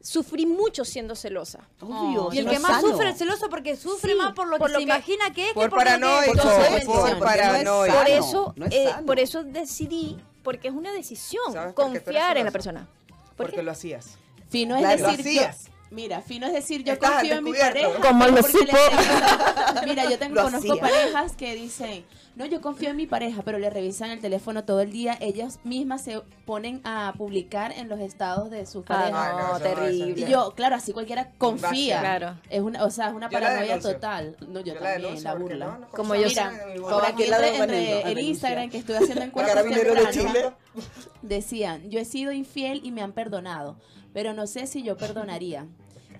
Speaker 1: sufrí mucho siendo celosa.
Speaker 5: Obvio,
Speaker 3: Y el
Speaker 5: no
Speaker 3: que
Speaker 5: es
Speaker 3: más
Speaker 5: sano.
Speaker 3: sufre es celoso porque sufre
Speaker 1: Sí,
Speaker 3: más por lo
Speaker 1: por
Speaker 3: que
Speaker 1: lo
Speaker 3: se
Speaker 1: que-
Speaker 3: imagina que es
Speaker 2: Por
Speaker 3: que por lo que
Speaker 2: paranoico,
Speaker 5: Por supuesto,
Speaker 2: por
Speaker 5: porque no es
Speaker 2: paranoico.
Speaker 1: Por
Speaker 5: sano,
Speaker 1: eso,
Speaker 5: no es
Speaker 1: eh,
Speaker 5: sano.
Speaker 1: por eso decidí, porque es una decisión,
Speaker 2: ¿Sabes por qué tú eres
Speaker 1: confiar en la
Speaker 2: celosa?
Speaker 1: persona. ¿Por
Speaker 2: porque
Speaker 1: qué?
Speaker 2: lo hacías.
Speaker 4: Fino
Speaker 5: Claro.
Speaker 4: es
Speaker 2: Lo
Speaker 4: decir, yo,
Speaker 2: hacías.
Speaker 4: Mira, fino es decir, yo
Speaker 5: Estás
Speaker 4: confío en mi
Speaker 5: descubierto.
Speaker 4: pareja.
Speaker 6: Como lo
Speaker 4: porque le
Speaker 6: supo.
Speaker 4: tengo- *laughs* Mira, yo tengo,
Speaker 5: Lo
Speaker 4: conozco
Speaker 5: hacía.
Speaker 4: parejas que dicen, no, yo confío en mi pareja, pero le revisan el teléfono todo el día. Ellas mismas se ponen a publicar en los estados de sus parejas.
Speaker 1: Ah, no,
Speaker 5: no, eso no, eso no.
Speaker 1: terrible.
Speaker 4: Y yo, claro, así cualquiera confía.
Speaker 1: Claro.
Speaker 4: Es una, o sea, es una
Speaker 2: Yo la
Speaker 4: paranoia
Speaker 2: denuncio.
Speaker 4: total. No, yo,
Speaker 2: Yo la
Speaker 4: también,
Speaker 2: denuncio
Speaker 4: la
Speaker 2: porque
Speaker 4: burla.
Speaker 2: no, no
Speaker 1: Como
Speaker 2: conozco
Speaker 1: yo-
Speaker 2: a
Speaker 4: Mira,
Speaker 2: nadie, mi
Speaker 4: por
Speaker 2: borracho.
Speaker 4: aquí
Speaker 5: ¿Qué lado
Speaker 4: entre,
Speaker 5: van ellos?
Speaker 4: entre
Speaker 5: A
Speaker 4: el
Speaker 5: denunciar.
Speaker 4: Instagram que estuve haciendo
Speaker 5: Para
Speaker 4: encuestas
Speaker 5: Carabineros de
Speaker 4: temprano,
Speaker 5: Chile.
Speaker 4: decían, yo he sido infiel y me han perdonado, pero no sé si yo perdonaría.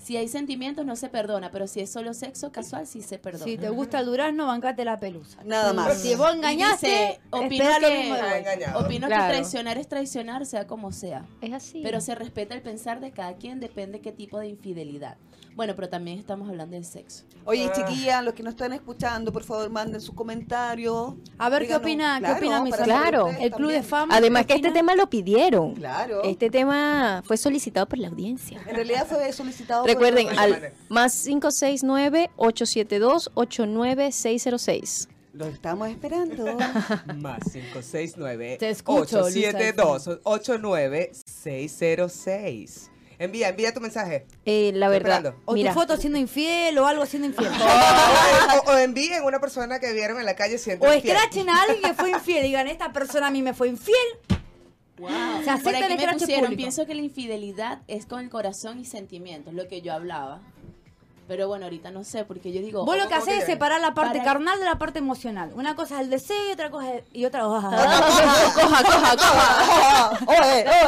Speaker 4: Si hay sentimientos no se perdona, pero si es solo sexo casual sí se perdona.
Speaker 3: Si te gusta el durazno, bancate la pelusa.
Speaker 5: Nada más.
Speaker 3: Si vos
Speaker 4: Y
Speaker 3: engañaste,
Speaker 4: dice, opino
Speaker 3: espera lo
Speaker 4: que-
Speaker 3: mismo de vuelta.
Speaker 5: Engañado.
Speaker 4: Opino
Speaker 1: Claro.
Speaker 4: que traicionar es traicionar, sea como sea.
Speaker 1: Es así.
Speaker 4: Pero se respeta el pensar de cada quien, depende qué tipo de infidelidad. Bueno, pero también estamos hablando del sexo.
Speaker 5: Oye,
Speaker 2: Ah.
Speaker 5: chiquillas, los que nos están escuchando, por favor, manden sus comentarios.
Speaker 3: A ver qué
Speaker 5: Díganos,
Speaker 3: opina,
Speaker 5: claro,
Speaker 3: qué opina mis
Speaker 5: para
Speaker 1: amigos.
Speaker 5: saber
Speaker 1: Claro.
Speaker 5: ustedes
Speaker 3: El Club de
Speaker 5: también.
Speaker 3: Fama.
Speaker 1: Además
Speaker 3: ¿qué
Speaker 1: que este
Speaker 3: opinan?
Speaker 1: tema lo pidieron.
Speaker 5: Claro.
Speaker 1: Este tema fue solicitado por la audiencia.
Speaker 5: En realidad fue solicitado. por-
Speaker 1: Recuerden,
Speaker 5: por-
Speaker 1: al más 569-872-89606.
Speaker 5: Los estamos esperando.
Speaker 2: Más 569
Speaker 3: Te escucho, Luisa.
Speaker 2: 872-89606. Envía, envía tu *laughs* mensaje.
Speaker 1: Eh, la
Speaker 2: Estoy
Speaker 1: verdad,
Speaker 2: esperando.
Speaker 3: O
Speaker 1: mira,
Speaker 3: tu foto siendo infiel o algo siendo infiel.
Speaker 2: O, o- o envíen una persona que vieron en la calle siendo
Speaker 3: o
Speaker 2: infiel.
Speaker 3: escrachen a alguien que fue infiel y digan, esta persona a mí me fue infiel. Se acepta
Speaker 4: Por aquí
Speaker 3: el
Speaker 4: me
Speaker 3: escrache
Speaker 4: pusieron,
Speaker 3: público.
Speaker 4: pienso que la infidelidad es con el corazón y sentimientos, lo que yo hablaba. Pero bueno, ahorita no sé, porque yo digo... oh,
Speaker 3: Vos lo que
Speaker 2: ¿Cómo
Speaker 3: hacés
Speaker 2: que
Speaker 3: es
Speaker 2: viene?
Speaker 3: separar la parte
Speaker 4: Para-
Speaker 3: carnal de la parte emocional. Una cosa es el deseo y otra cosa es... Y otra
Speaker 1: *laughs* coja, coja, coja.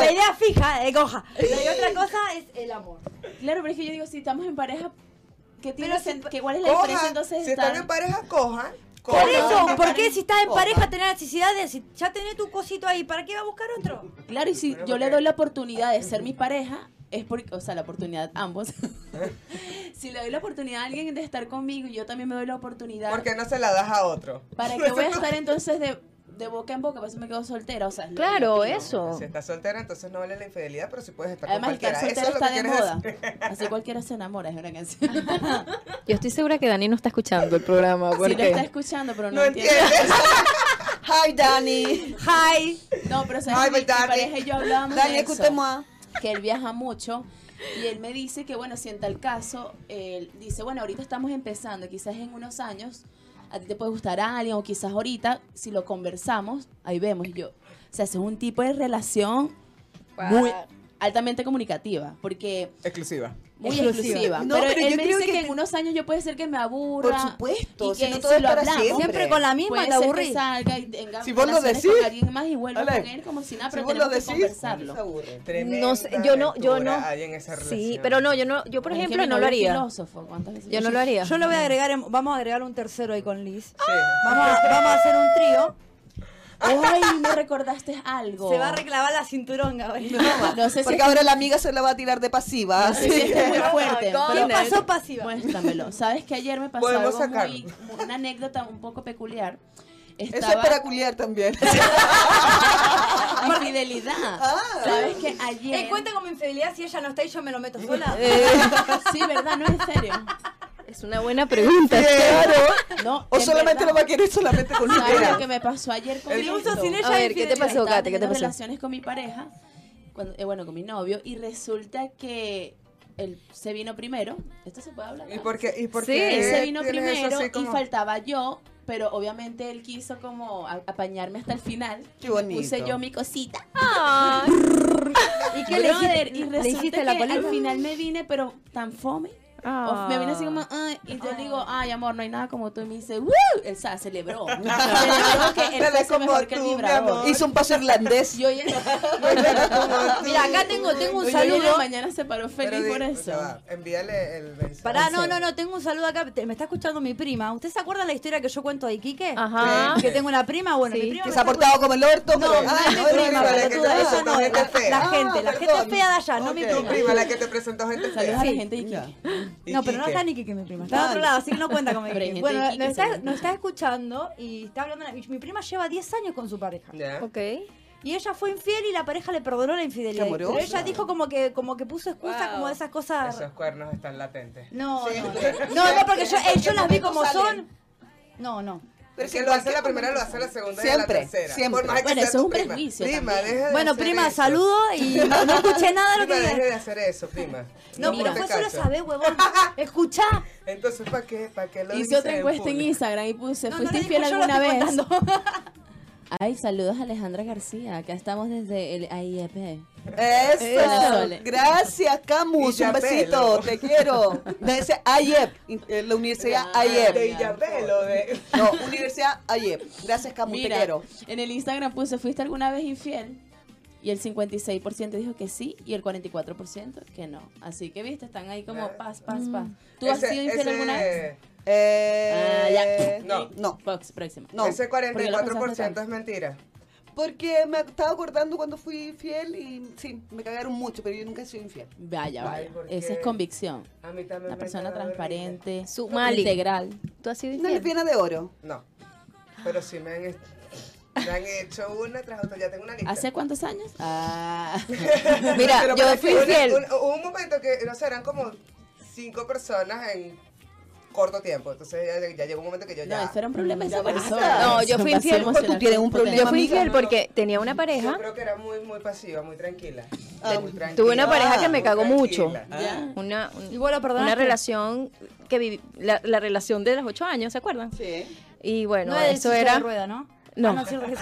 Speaker 3: La idea fija, eh, coja. Y otra cosa es el amor.
Speaker 4: Claro, pero es que yo digo, si estamos en pareja, ¿qué tiene
Speaker 3: Pero si-
Speaker 4: sen- que- ¿cuál es la diferencia
Speaker 2: Cojan,
Speaker 4: entonces?
Speaker 2: si
Speaker 4: estar-
Speaker 2: están en pareja, cojan.
Speaker 3: Por
Speaker 2: cojan.
Speaker 3: eso, porque si estás en pareja tenés necesidad de... Si ya tenés tu cosito ahí, ¿para qué va a buscar otro?
Speaker 4: Claro, y si yo le doy la oportunidad de ser mi pareja, es porque, o sea, la oportunidad ambos. *laughs* si le doy la oportunidad a alguien de estar conmigo y yo también me doy la oportunidad,
Speaker 2: Porque no se la das a otro.
Speaker 4: ¿para
Speaker 2: *laughs*
Speaker 4: qué voy a estar entonces de, de boca en boca? Por eso me quedo soltera, o sea. es lo
Speaker 1: Claro,
Speaker 4: que yo digo.
Speaker 1: eso.
Speaker 2: Si estás soltera, entonces no vale la infidelidad, pero si puedes estar
Speaker 4: Además,
Speaker 2: con cualquiera.
Speaker 4: estar
Speaker 2: Eso
Speaker 4: soltera
Speaker 2: es lo que
Speaker 4: está de
Speaker 2: quieres
Speaker 4: moda.
Speaker 2: decir. *laughs*
Speaker 4: Así cualquiera se enamora, es una canción.
Speaker 1: Yo estoy segura que Dani no está escuchando el programa
Speaker 4: Si lo
Speaker 1: porque
Speaker 4: Ah, está escuchando, pero
Speaker 2: *laughs*
Speaker 4: no,
Speaker 2: No
Speaker 4: entiende.
Speaker 2: entiendes.
Speaker 5: Hi, Dani.
Speaker 3: Hi.
Speaker 4: No, pero
Speaker 2: Ay,
Speaker 4: sabes, mi, mi
Speaker 2: Dani.
Speaker 4: pareja y yo hablábamos
Speaker 5: Dani,
Speaker 4: de eso.
Speaker 5: escuchemos.
Speaker 4: que él viaja mucho y él me dice que bueno, si en tal caso, él dice, bueno, ahorita estamos empezando, quizás en unos años a ti te puede gustar a alguien o quizás ahorita si lo conversamos, ahí vemos y yo. O sea, ese es un tipo de relación muy altamente comunicativa, porque
Speaker 2: Exclusiva.
Speaker 4: muy
Speaker 3: Exclusiva.
Speaker 4: exclusiva.
Speaker 5: No,
Speaker 4: pero,
Speaker 5: pero
Speaker 4: él
Speaker 5: yo
Speaker 4: me
Speaker 5: creo
Speaker 4: dice que,
Speaker 5: que
Speaker 4: en
Speaker 5: te-
Speaker 4: unos años yo puede ser que me aburra.
Speaker 5: Por supuesto.
Speaker 4: y
Speaker 5: Si
Speaker 4: que
Speaker 5: no todo es
Speaker 4: lo
Speaker 5: para
Speaker 4: hablamos,
Speaker 5: siempre.
Speaker 3: Siempre con la misma
Speaker 4: Puede
Speaker 3: te
Speaker 4: ser
Speaker 3: aburrís.
Speaker 4: que salga y tenga
Speaker 5: Si vos lo
Speaker 4: relaciones
Speaker 5: decís.
Speaker 4: con alguien más y vuelva
Speaker 5: Ale.
Speaker 4: con él como si nada,
Speaker 5: Si
Speaker 4: Ah, pero
Speaker 5: vos lo
Speaker 4: tenemos que
Speaker 5: decís,
Speaker 4: conversarlo.
Speaker 5: se aburre.
Speaker 1: no sé, yo no, yo no.
Speaker 2: Hay en esa
Speaker 1: sí,
Speaker 2: relación.
Speaker 1: pero no, yo no, yo por
Speaker 4: Es que
Speaker 1: ejemplo
Speaker 4: mi
Speaker 1: no lo
Speaker 4: novio es
Speaker 1: haría.
Speaker 4: filósofo, ¿cuántas veces
Speaker 1: Yo
Speaker 4: yo-
Speaker 1: no lo
Speaker 4: *laughs*
Speaker 1: haría.
Speaker 3: Yo lo voy a agregar, en- vamos a agregar un tercero ahí con Liz.
Speaker 2: Sí.
Speaker 3: Vamos a, vamos a hacer un trío.
Speaker 4: Ay, me recordaste algo.
Speaker 3: Se va a reclavar la cinturón, Gabriel.
Speaker 4: No sé si
Speaker 5: Porque ahora la amiga se la va a tirar de pasiva.
Speaker 4: no sé si este es muy fuerte.
Speaker 3: ¿Qué
Speaker 4: pero
Speaker 3: pasó pasiva?
Speaker 4: muéstramelo. Sabes que ayer me pasó
Speaker 2: Podemos
Speaker 4: algo muy-
Speaker 2: sacarlo.
Speaker 4: mu- una anécdota un poco peculiar.
Speaker 5: Eso
Speaker 4: Estaba
Speaker 5: es para culiar también.
Speaker 4: infidelidad.
Speaker 5: Ah.
Speaker 4: Sabes que ayer.
Speaker 3: Eh, cuenta con mi infidelidad, si ella no está y yo me lo meto sola.
Speaker 4: Sí, verdad, no en serio.
Speaker 1: Es una buena pregunta.
Speaker 4: No.
Speaker 5: O
Speaker 4: en
Speaker 5: solamente
Speaker 4: verdad.
Speaker 5: lo va a querer solamente con
Speaker 4: ¿Sabes lo
Speaker 5: una.
Speaker 4: que me pasó ayer con
Speaker 2: El
Speaker 4: esto?
Speaker 3: uso sin ella
Speaker 1: A ver, ¿qué te
Speaker 3: infidelidad.
Speaker 1: pasó,
Speaker 4: estaba
Speaker 1: Kate? ¿Qué te
Speaker 4: teniendo
Speaker 1: pasó?
Speaker 4: relaciones con mi pareja, cuando, eh, bueno, con mi novio, y resulta que él se vino primero. ¿Esto se puede hablar?
Speaker 2: ¿Y por qué? ¿Y por
Speaker 1: Sí,
Speaker 2: qué
Speaker 4: Él se vino
Speaker 2: tienes eso
Speaker 4: primero
Speaker 2: así *laughs*
Speaker 4: y
Speaker 2: como-
Speaker 4: faltaba yo, pero obviamente él quiso como a- apañarme hasta el final.
Speaker 5: Qué bonito.
Speaker 4: Puse yo mi cosita.
Speaker 1: *laughs*
Speaker 3: ¿Y qué
Speaker 4: ¿Qué
Speaker 3: le
Speaker 4: Brother,
Speaker 3: hiciste?
Speaker 4: y
Speaker 3: ¿Le hiciste
Speaker 4: resulta
Speaker 3: la
Speaker 4: que
Speaker 3: colita?
Speaker 4: al final me vine, pero tan fome.
Speaker 1: Ah.
Speaker 4: O Me vine así como, "Ay", y yo le digo, ay amor, no hay nada como tú. Y me dice, ¡Woo! Él se
Speaker 2: *laughs*
Speaker 4: celebró. celebró que él
Speaker 5: Nada
Speaker 4: fuese
Speaker 5: como
Speaker 4: mejor que el
Speaker 5: tú, mi
Speaker 4: vibrador.
Speaker 5: amor. Hizo un paso irlandés.
Speaker 4: Yo ya
Speaker 3: Mira, acá tengo, tengo un
Speaker 4: Hoy en la
Speaker 3: saludo.
Speaker 4: mañana se paró
Speaker 2: Pero
Speaker 4: feliz
Speaker 2: di-
Speaker 4: por
Speaker 2: ya
Speaker 4: eso.
Speaker 2: va, envíale el mensaje.
Speaker 3: Pará, no, no, no, tengo un saludo acá. Te- me está escuchando mi prima. ¿Usted se acuerda la historia que yo cuento de Iquique?
Speaker 1: Ajá.
Speaker 3: Que tengo una prima, bueno,
Speaker 1: Sí.
Speaker 3: mi prima.
Speaker 5: Que
Speaker 3: me
Speaker 5: se ha
Speaker 3: está
Speaker 5: portado como el orto.
Speaker 3: No,
Speaker 5: pero-
Speaker 3: no
Speaker 5: Ah,
Speaker 3: es mi
Speaker 5: no,
Speaker 3: prima,
Speaker 5: no, no,
Speaker 2: la que
Speaker 3: pelotuda,
Speaker 2: te
Speaker 3: eso
Speaker 2: presentó
Speaker 3: no,
Speaker 2: gente
Speaker 3: la-
Speaker 2: fea.
Speaker 3: la gente, la
Speaker 5: Ah,
Speaker 3: gente
Speaker 5: perdón.
Speaker 3: fea de allá, no mi
Speaker 5: Ok.
Speaker 2: Tu
Speaker 3: prima.
Speaker 2: prima, la que te presentó gente
Speaker 4: Saludos
Speaker 2: fea.
Speaker 4: a la gente de Iquique.
Speaker 3: No, pero no
Speaker 2: Iquique.
Speaker 3: está ni Quique mi prima, está
Speaker 5: Ah,
Speaker 3: de otro lado, así que no cuenta con mi
Speaker 4: Pero hay
Speaker 3: prima. Bueno,
Speaker 4: gente de
Speaker 3: nos
Speaker 4: Quique,
Speaker 3: está,
Speaker 4: seguro.
Speaker 3: nos está escuchando y está hablando. y Mi prima lleva 10 años con su pareja.
Speaker 2: Ya.
Speaker 1: Ok.
Speaker 3: Y ella fue infiel y la pareja le perdonó la infidelidad.
Speaker 5: Qué amorosa.
Speaker 3: Pero ella dijo como que, como que puso excusa como de esas cosas.
Speaker 2: Esos cuernos están latentes.
Speaker 3: *laughs* No, no, no. No, no, porque yo, eh, yo las vi como son. No, no.
Speaker 5: Pero
Speaker 2: que
Speaker 5: si
Speaker 2: lo hace
Speaker 5: cualquier
Speaker 2: la primera, lo hace la
Speaker 5: momento-
Speaker 2: segunda y la
Speaker 5: Siempre,
Speaker 2: tercera.
Speaker 5: siempre.
Speaker 2: Por más que
Speaker 4: Bueno,
Speaker 2: sea
Speaker 4: eso es
Speaker 2: tu
Speaker 4: un
Speaker 2: prima.
Speaker 4: prejuicio
Speaker 2: Prima,
Speaker 4: también.
Speaker 2: deja de
Speaker 3: Bueno,
Speaker 2: hacer
Speaker 3: prima,
Speaker 2: eso.
Speaker 3: saludo y no, no escuché nada de lo
Speaker 2: Prima,
Speaker 3: que
Speaker 2: deja
Speaker 3: dije.
Speaker 2: de hacer eso,
Speaker 4: *laughs*
Speaker 2: prima.
Speaker 3: No,
Speaker 2: te
Speaker 3: pero fue solo
Speaker 2: cachas.
Speaker 3: saber, *laughs* huevón. Escuchá.
Speaker 2: Entonces, ¿para qué? ¿Para qué lo
Speaker 4: Hice
Speaker 2: dices
Speaker 4: otra
Speaker 2: en
Speaker 4: encuesta en
Speaker 2: público?
Speaker 4: Instagram y puse,
Speaker 3: No, no
Speaker 4: ¿fuiste
Speaker 3: lo
Speaker 4: infiel
Speaker 3: dijo, yo lo
Speaker 4: alguna
Speaker 3: estoy
Speaker 4: vez?
Speaker 3: contando.
Speaker 4: Ay, saludos a Alejandra García. Acá estamos desde el AIEP.
Speaker 5: Eso.
Speaker 4: Eso.
Speaker 5: Gracias,
Speaker 2: Y
Speaker 5: Camus.
Speaker 2: ya
Speaker 5: Un
Speaker 2: pelo.
Speaker 5: besito. Te quiero. Me dice AIEP. eh, La Universidad
Speaker 2: Ah, De
Speaker 5: AIEP.
Speaker 2: Illapelo, de...
Speaker 5: No, Universidad AIEP. Gracias, Camus. Te
Speaker 4: Mira,
Speaker 5: quiero.
Speaker 4: en el Instagram puse, ¿fuiste alguna vez infiel? Y el 56% dijo que sí y el 44% que no. Así que, viste, están ahí como paz, paz, paz. *laughs*
Speaker 3: Mm.
Speaker 4: ¿Tú has
Speaker 2: Ese-
Speaker 4: sido infiel
Speaker 2: ese-
Speaker 4: alguna vez?
Speaker 5: Eh,
Speaker 2: No.
Speaker 5: No.
Speaker 4: Box, próxima.
Speaker 5: No.
Speaker 2: Ese
Speaker 4: Porque lo pensaste
Speaker 2: 44%
Speaker 4: tanto.
Speaker 2: es mentira.
Speaker 5: Porque me estaba acordando cuando fui fiel y sí, me cagaron mucho, pero yo nunca he sido infiel.
Speaker 4: Vaya,
Speaker 2: Ay,
Speaker 4: vaya.
Speaker 2: ¿por qué?
Speaker 4: Esa es convicción.
Speaker 2: A mí también
Speaker 4: La
Speaker 2: me
Speaker 4: persona
Speaker 2: cagaron
Speaker 4: transparente,
Speaker 1: Su Mali.
Speaker 4: integral.
Speaker 1: ¿Tú has sido
Speaker 5: Una
Speaker 1: infiel?
Speaker 5: lesbiana de oro.
Speaker 2: horrible. No. Pero sí me han, me han hecho una tras otra. Ya tengo una lista.
Speaker 4: ¿Hace cuántos años? Ah.
Speaker 1: Mira,
Speaker 2: *laughs* Pero
Speaker 1: yo
Speaker 2: parece
Speaker 1: fui
Speaker 2: un-
Speaker 1: infiel.
Speaker 2: un- Hubo un, momento que, no sé, eran como cinco personas en corto tiempo. Entonces ya, ya llegó un momento que yo ya...
Speaker 4: No, eso era un problema de esa persona.
Speaker 1: No, yo fui
Speaker 4: Vacío
Speaker 1: infiel. Tú
Speaker 4: emocional
Speaker 5: tienes un
Speaker 4: potente.
Speaker 1: Yo
Speaker 5: problema.
Speaker 1: fui
Speaker 5: Amiga,
Speaker 1: infiel
Speaker 5: no,
Speaker 1: porque tenía una
Speaker 2: Yo
Speaker 1: pareja,
Speaker 2: creo que era muy, muy pasiva, muy tranquila.
Speaker 5: Ah,
Speaker 2: Muy tranquila,
Speaker 1: tuve una pareja que me
Speaker 2: muy
Speaker 1: cagó mucho.
Speaker 2: tranquila.
Speaker 4: Ya.
Speaker 1: una, un-
Speaker 3: Y vos lo perdonaste.
Speaker 1: una relación que viví, la, la relación de los ocho años, ¿se acuerdan?
Speaker 5: Sí.
Speaker 1: Y bueno,
Speaker 3: no es
Speaker 1: eso
Speaker 3: de
Speaker 1: era...
Speaker 3: rueda, ¿no?
Speaker 1: No.
Speaker 3: Ah, no, sí, rueda.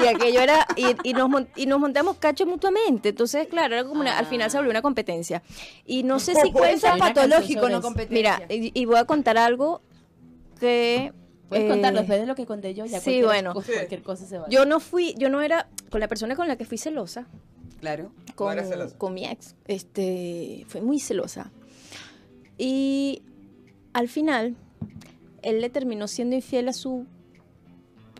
Speaker 1: Y aquello era, y, y nos, mon- y nos montamos cacho mutuamente. Entonces, claro, era como una- al final se volvió una competencia. Y no sé si
Speaker 3: Eso
Speaker 1: cuenta.
Speaker 3: es patológico,
Speaker 4: sobre
Speaker 3: no
Speaker 4: eso.
Speaker 3: competencia.
Speaker 1: Mira, y, y voy a contar algo que.
Speaker 4: Puedes
Speaker 1: eh,
Speaker 4: contarlo después de lo que conté yo. Ya
Speaker 1: sí,
Speaker 4: cualquier
Speaker 1: bueno.
Speaker 4: cosa- cualquier cosa se va.
Speaker 1: Yo no fui, yo no era con la persona con la que fui celosa,
Speaker 5: Claro.
Speaker 1: con,
Speaker 2: eras celosa.
Speaker 1: con mi ex. Este, fue muy celosa. Y al final, él le terminó siendo infiel a su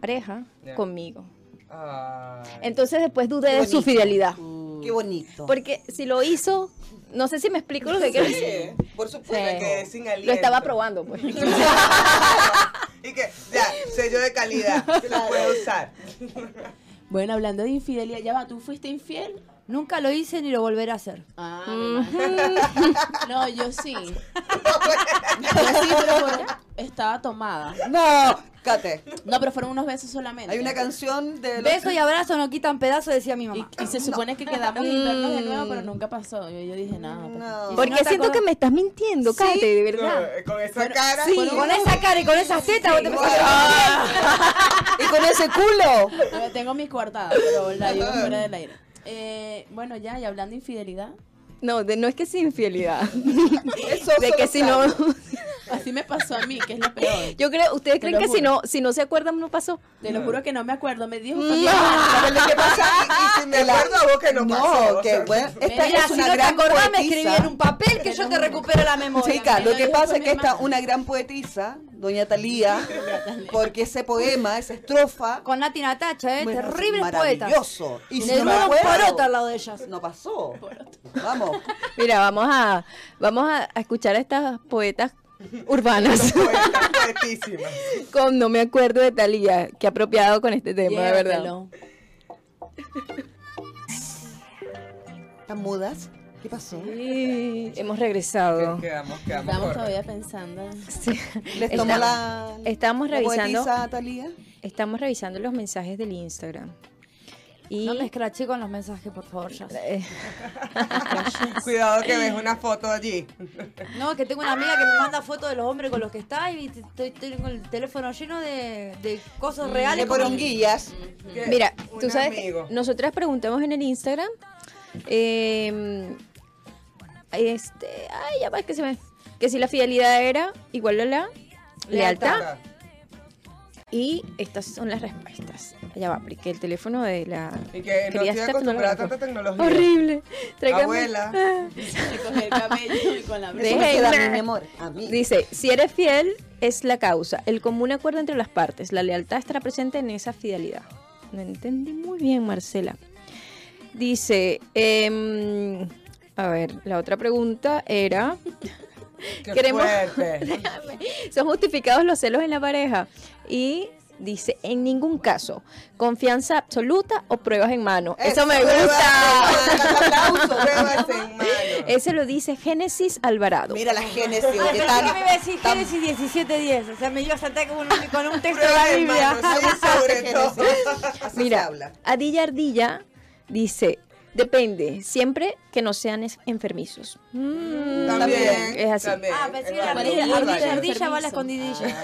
Speaker 1: pareja
Speaker 2: Ya.
Speaker 1: conmigo.
Speaker 2: Ay.
Speaker 1: Entonces después dudé
Speaker 5: Qué
Speaker 1: de su
Speaker 5: bonito.
Speaker 1: fidelidad.
Speaker 5: Qué bonito.
Speaker 1: Porque si lo hizo, no sé si me explico lo que quiero decir.
Speaker 2: Sí, por supuesto
Speaker 1: Sí.
Speaker 2: que sin aliento.
Speaker 1: Lo estaba probando, pues.
Speaker 2: Y que, ya, sello de calidad, que lo puedo usar.
Speaker 4: Bueno, hablando de infidelidad, ya va, ¿tú fuiste infiel?
Speaker 3: Nunca lo hice ni lo volveré a hacer.
Speaker 4: Ah,
Speaker 1: Mm. *laughs*
Speaker 4: no, yo
Speaker 5: *laughs*
Speaker 4: sí. Yo sí, pero por- estaba tomada.
Speaker 5: No, Cate.
Speaker 4: No, pero fueron unos besos solamente.
Speaker 5: Hay una canción de los-
Speaker 3: Beso y abrazo no quitan pedazo, decía mi mamá.
Speaker 4: Y, y se supone que quedamos y vernos de nuevo,
Speaker 1: Mm.
Speaker 4: pero nunca pasó. Yo, yo dije,
Speaker 5: Ah,
Speaker 4: pues, nada.
Speaker 1: *laughs*
Speaker 5: No.
Speaker 1: Porque
Speaker 3: no te
Speaker 1: siento
Speaker 3: acuerdas-
Speaker 1: que me estás mintiendo, Kate, de verdad.
Speaker 2: eh, Con, con esa cara.
Speaker 4: sí.
Speaker 2: con-
Speaker 3: Con esa cara y con esas tetas vos te pensás que-
Speaker 5: Y con ese culo.
Speaker 4: Yo tengo mis coartadas, pero la digo fuera del aire. Eh, bueno, ya, y hablando de infidelidad,
Speaker 1: No, de- no es que es infidelidad.
Speaker 3: *laughs*
Speaker 5: Eso
Speaker 1: De
Speaker 5: solo
Speaker 1: que si no.
Speaker 5: sabe.
Speaker 4: así me pasó a mí, que es lo peor.
Speaker 1: *laughs* Yo creo, ustedes
Speaker 4: Te
Speaker 1: creen
Speaker 4: lo
Speaker 1: que si
Speaker 4: juro.
Speaker 1: no, si no se acuerdan, no pasó.
Speaker 4: Te lo juro que no me acuerdo. Me dijo,
Speaker 2: Pero lo que pasa y, y si me
Speaker 5: *laughs*
Speaker 2: acuerdo a vos que no, pasó. o
Speaker 5: No, que
Speaker 2: sea,
Speaker 5: bueno.
Speaker 2: *laughs*
Speaker 5: Esta
Speaker 4: Mira,
Speaker 5: es
Speaker 3: si
Speaker 5: una
Speaker 3: no te
Speaker 5: gran
Speaker 3: acordás, me
Speaker 5: poetisa.
Speaker 3: escribí en un papel que yo te recupero la memoria.
Speaker 5: Chica,
Speaker 4: me lo
Speaker 5: lo que
Speaker 4: dijo
Speaker 5: pasa es
Speaker 4: mi
Speaker 5: que esta
Speaker 4: hermana.
Speaker 5: una gran poetisa, doña Talía, porque ese poema, esa estrofa,
Speaker 3: Con Nati Natacha, ¿eh?
Speaker 5: bueno, es
Speaker 3: Terrible poeta.
Speaker 5: maravilloso. Y si
Speaker 3: De
Speaker 5: no me
Speaker 3: nuevo
Speaker 5: acuerdo,
Speaker 3: poroto al lado de ellas.
Speaker 5: no pasó. Vamos.
Speaker 1: Mira, vamos a, vamos a a escuchar a estas poetas
Speaker 3: *laughs*
Speaker 1: urbanas.
Speaker 2: poeta,
Speaker 1: *laughs*
Speaker 2: poetísima.
Speaker 1: Con no me acuerdo de Talía, que apropiado con este tema, de verdad.
Speaker 4: Llévatelo.
Speaker 5: ¿Están mudas? ¿Qué pasó?
Speaker 1: Sí, Hemos regresado.
Speaker 2: Quedamos, quedamos.
Speaker 4: Estamos
Speaker 2: cortas.
Speaker 4: todavía pensando.
Speaker 1: Sí.
Speaker 5: Les tomó
Speaker 1: Estamos-
Speaker 5: la.
Speaker 1: estamos
Speaker 5: la
Speaker 1: revisando.
Speaker 5: poetisa Talía.
Speaker 1: Estamos revisando los mensajes del Instagram. Y
Speaker 3: No me escraché con los mensajes, por favor, ya.
Speaker 1: eh,
Speaker 2: Cuidado que ves una foto allí.
Speaker 3: No, que tengo una amiga que me manda fotos de los hombres con los que está y te- estoy, estoy con el teléfono lleno de, de cosas reales.
Speaker 5: Mm, De
Speaker 3: como-
Speaker 5: poronguillas.
Speaker 2: Que
Speaker 1: mira,
Speaker 2: un
Speaker 1: tú sabes, que
Speaker 2: amigo.
Speaker 1: nosotras preguntamos en el Instagram. eh, este, ay, ya va, que se me. Que si la fidelidad era igual a la lealtad. Y estas son las respuestas. Ya va, porque el teléfono de la.
Speaker 2: Y que
Speaker 1: querida
Speaker 2: no estoy
Speaker 1: Steph lo
Speaker 2: acostumbrada a
Speaker 1: grabó.
Speaker 2: tanta tecnología.
Speaker 1: Horrible. Tráigame-
Speaker 2: Abuela.
Speaker 4: Me cogí el cabello y con la
Speaker 1: De-
Speaker 5: Eso me queda a mí,
Speaker 1: Nah.
Speaker 5: mi amor. A mí.
Speaker 1: Dice, si eres fiel, es la causa. El común acuerdo entre las partes. La lealtad estará presente en esa fidelidad. No entendí muy bien, Marcela. Dice, em, a ver, la otra pregunta era, *laughs*
Speaker 2: Qué
Speaker 1: Queremos-
Speaker 2: fuerte.
Speaker 1: ¿son justificados los celos en la pareja? Y dice, en ningún caso, confianza absoluta o pruebas en mano. Eso, me
Speaker 5: Pruebas
Speaker 1: gusta.
Speaker 5: en mano, aplausos.
Speaker 2: Pruebas en mano.
Speaker 1: Ese lo dice Génesis Alvarado.
Speaker 5: *laughs* Mira la génesis,
Speaker 3: Ah,
Speaker 5: ¿qué
Speaker 3: pensé
Speaker 5: tal?
Speaker 3: que me iba a decir
Speaker 5: Tan-
Speaker 3: Génesis 1710. O sea, me iba a saltar con un, con un texto de
Speaker 5: Prueba,
Speaker 3: la Biblia.
Speaker 5: hermano, así se hace Génesis. Así se
Speaker 1: Mira,
Speaker 5: habla.
Speaker 1: Adilla Ardilla dice, depende, siempre que no sean es- enfermizos. Mm,
Speaker 5: También,
Speaker 1: es así.
Speaker 2: también.
Speaker 3: Ah, pensé que
Speaker 5: Es
Speaker 3: la
Speaker 5: verdad.
Speaker 3: ardilla,
Speaker 5: Es verdad.
Speaker 3: ardilla, ardilla va a la escondidilla.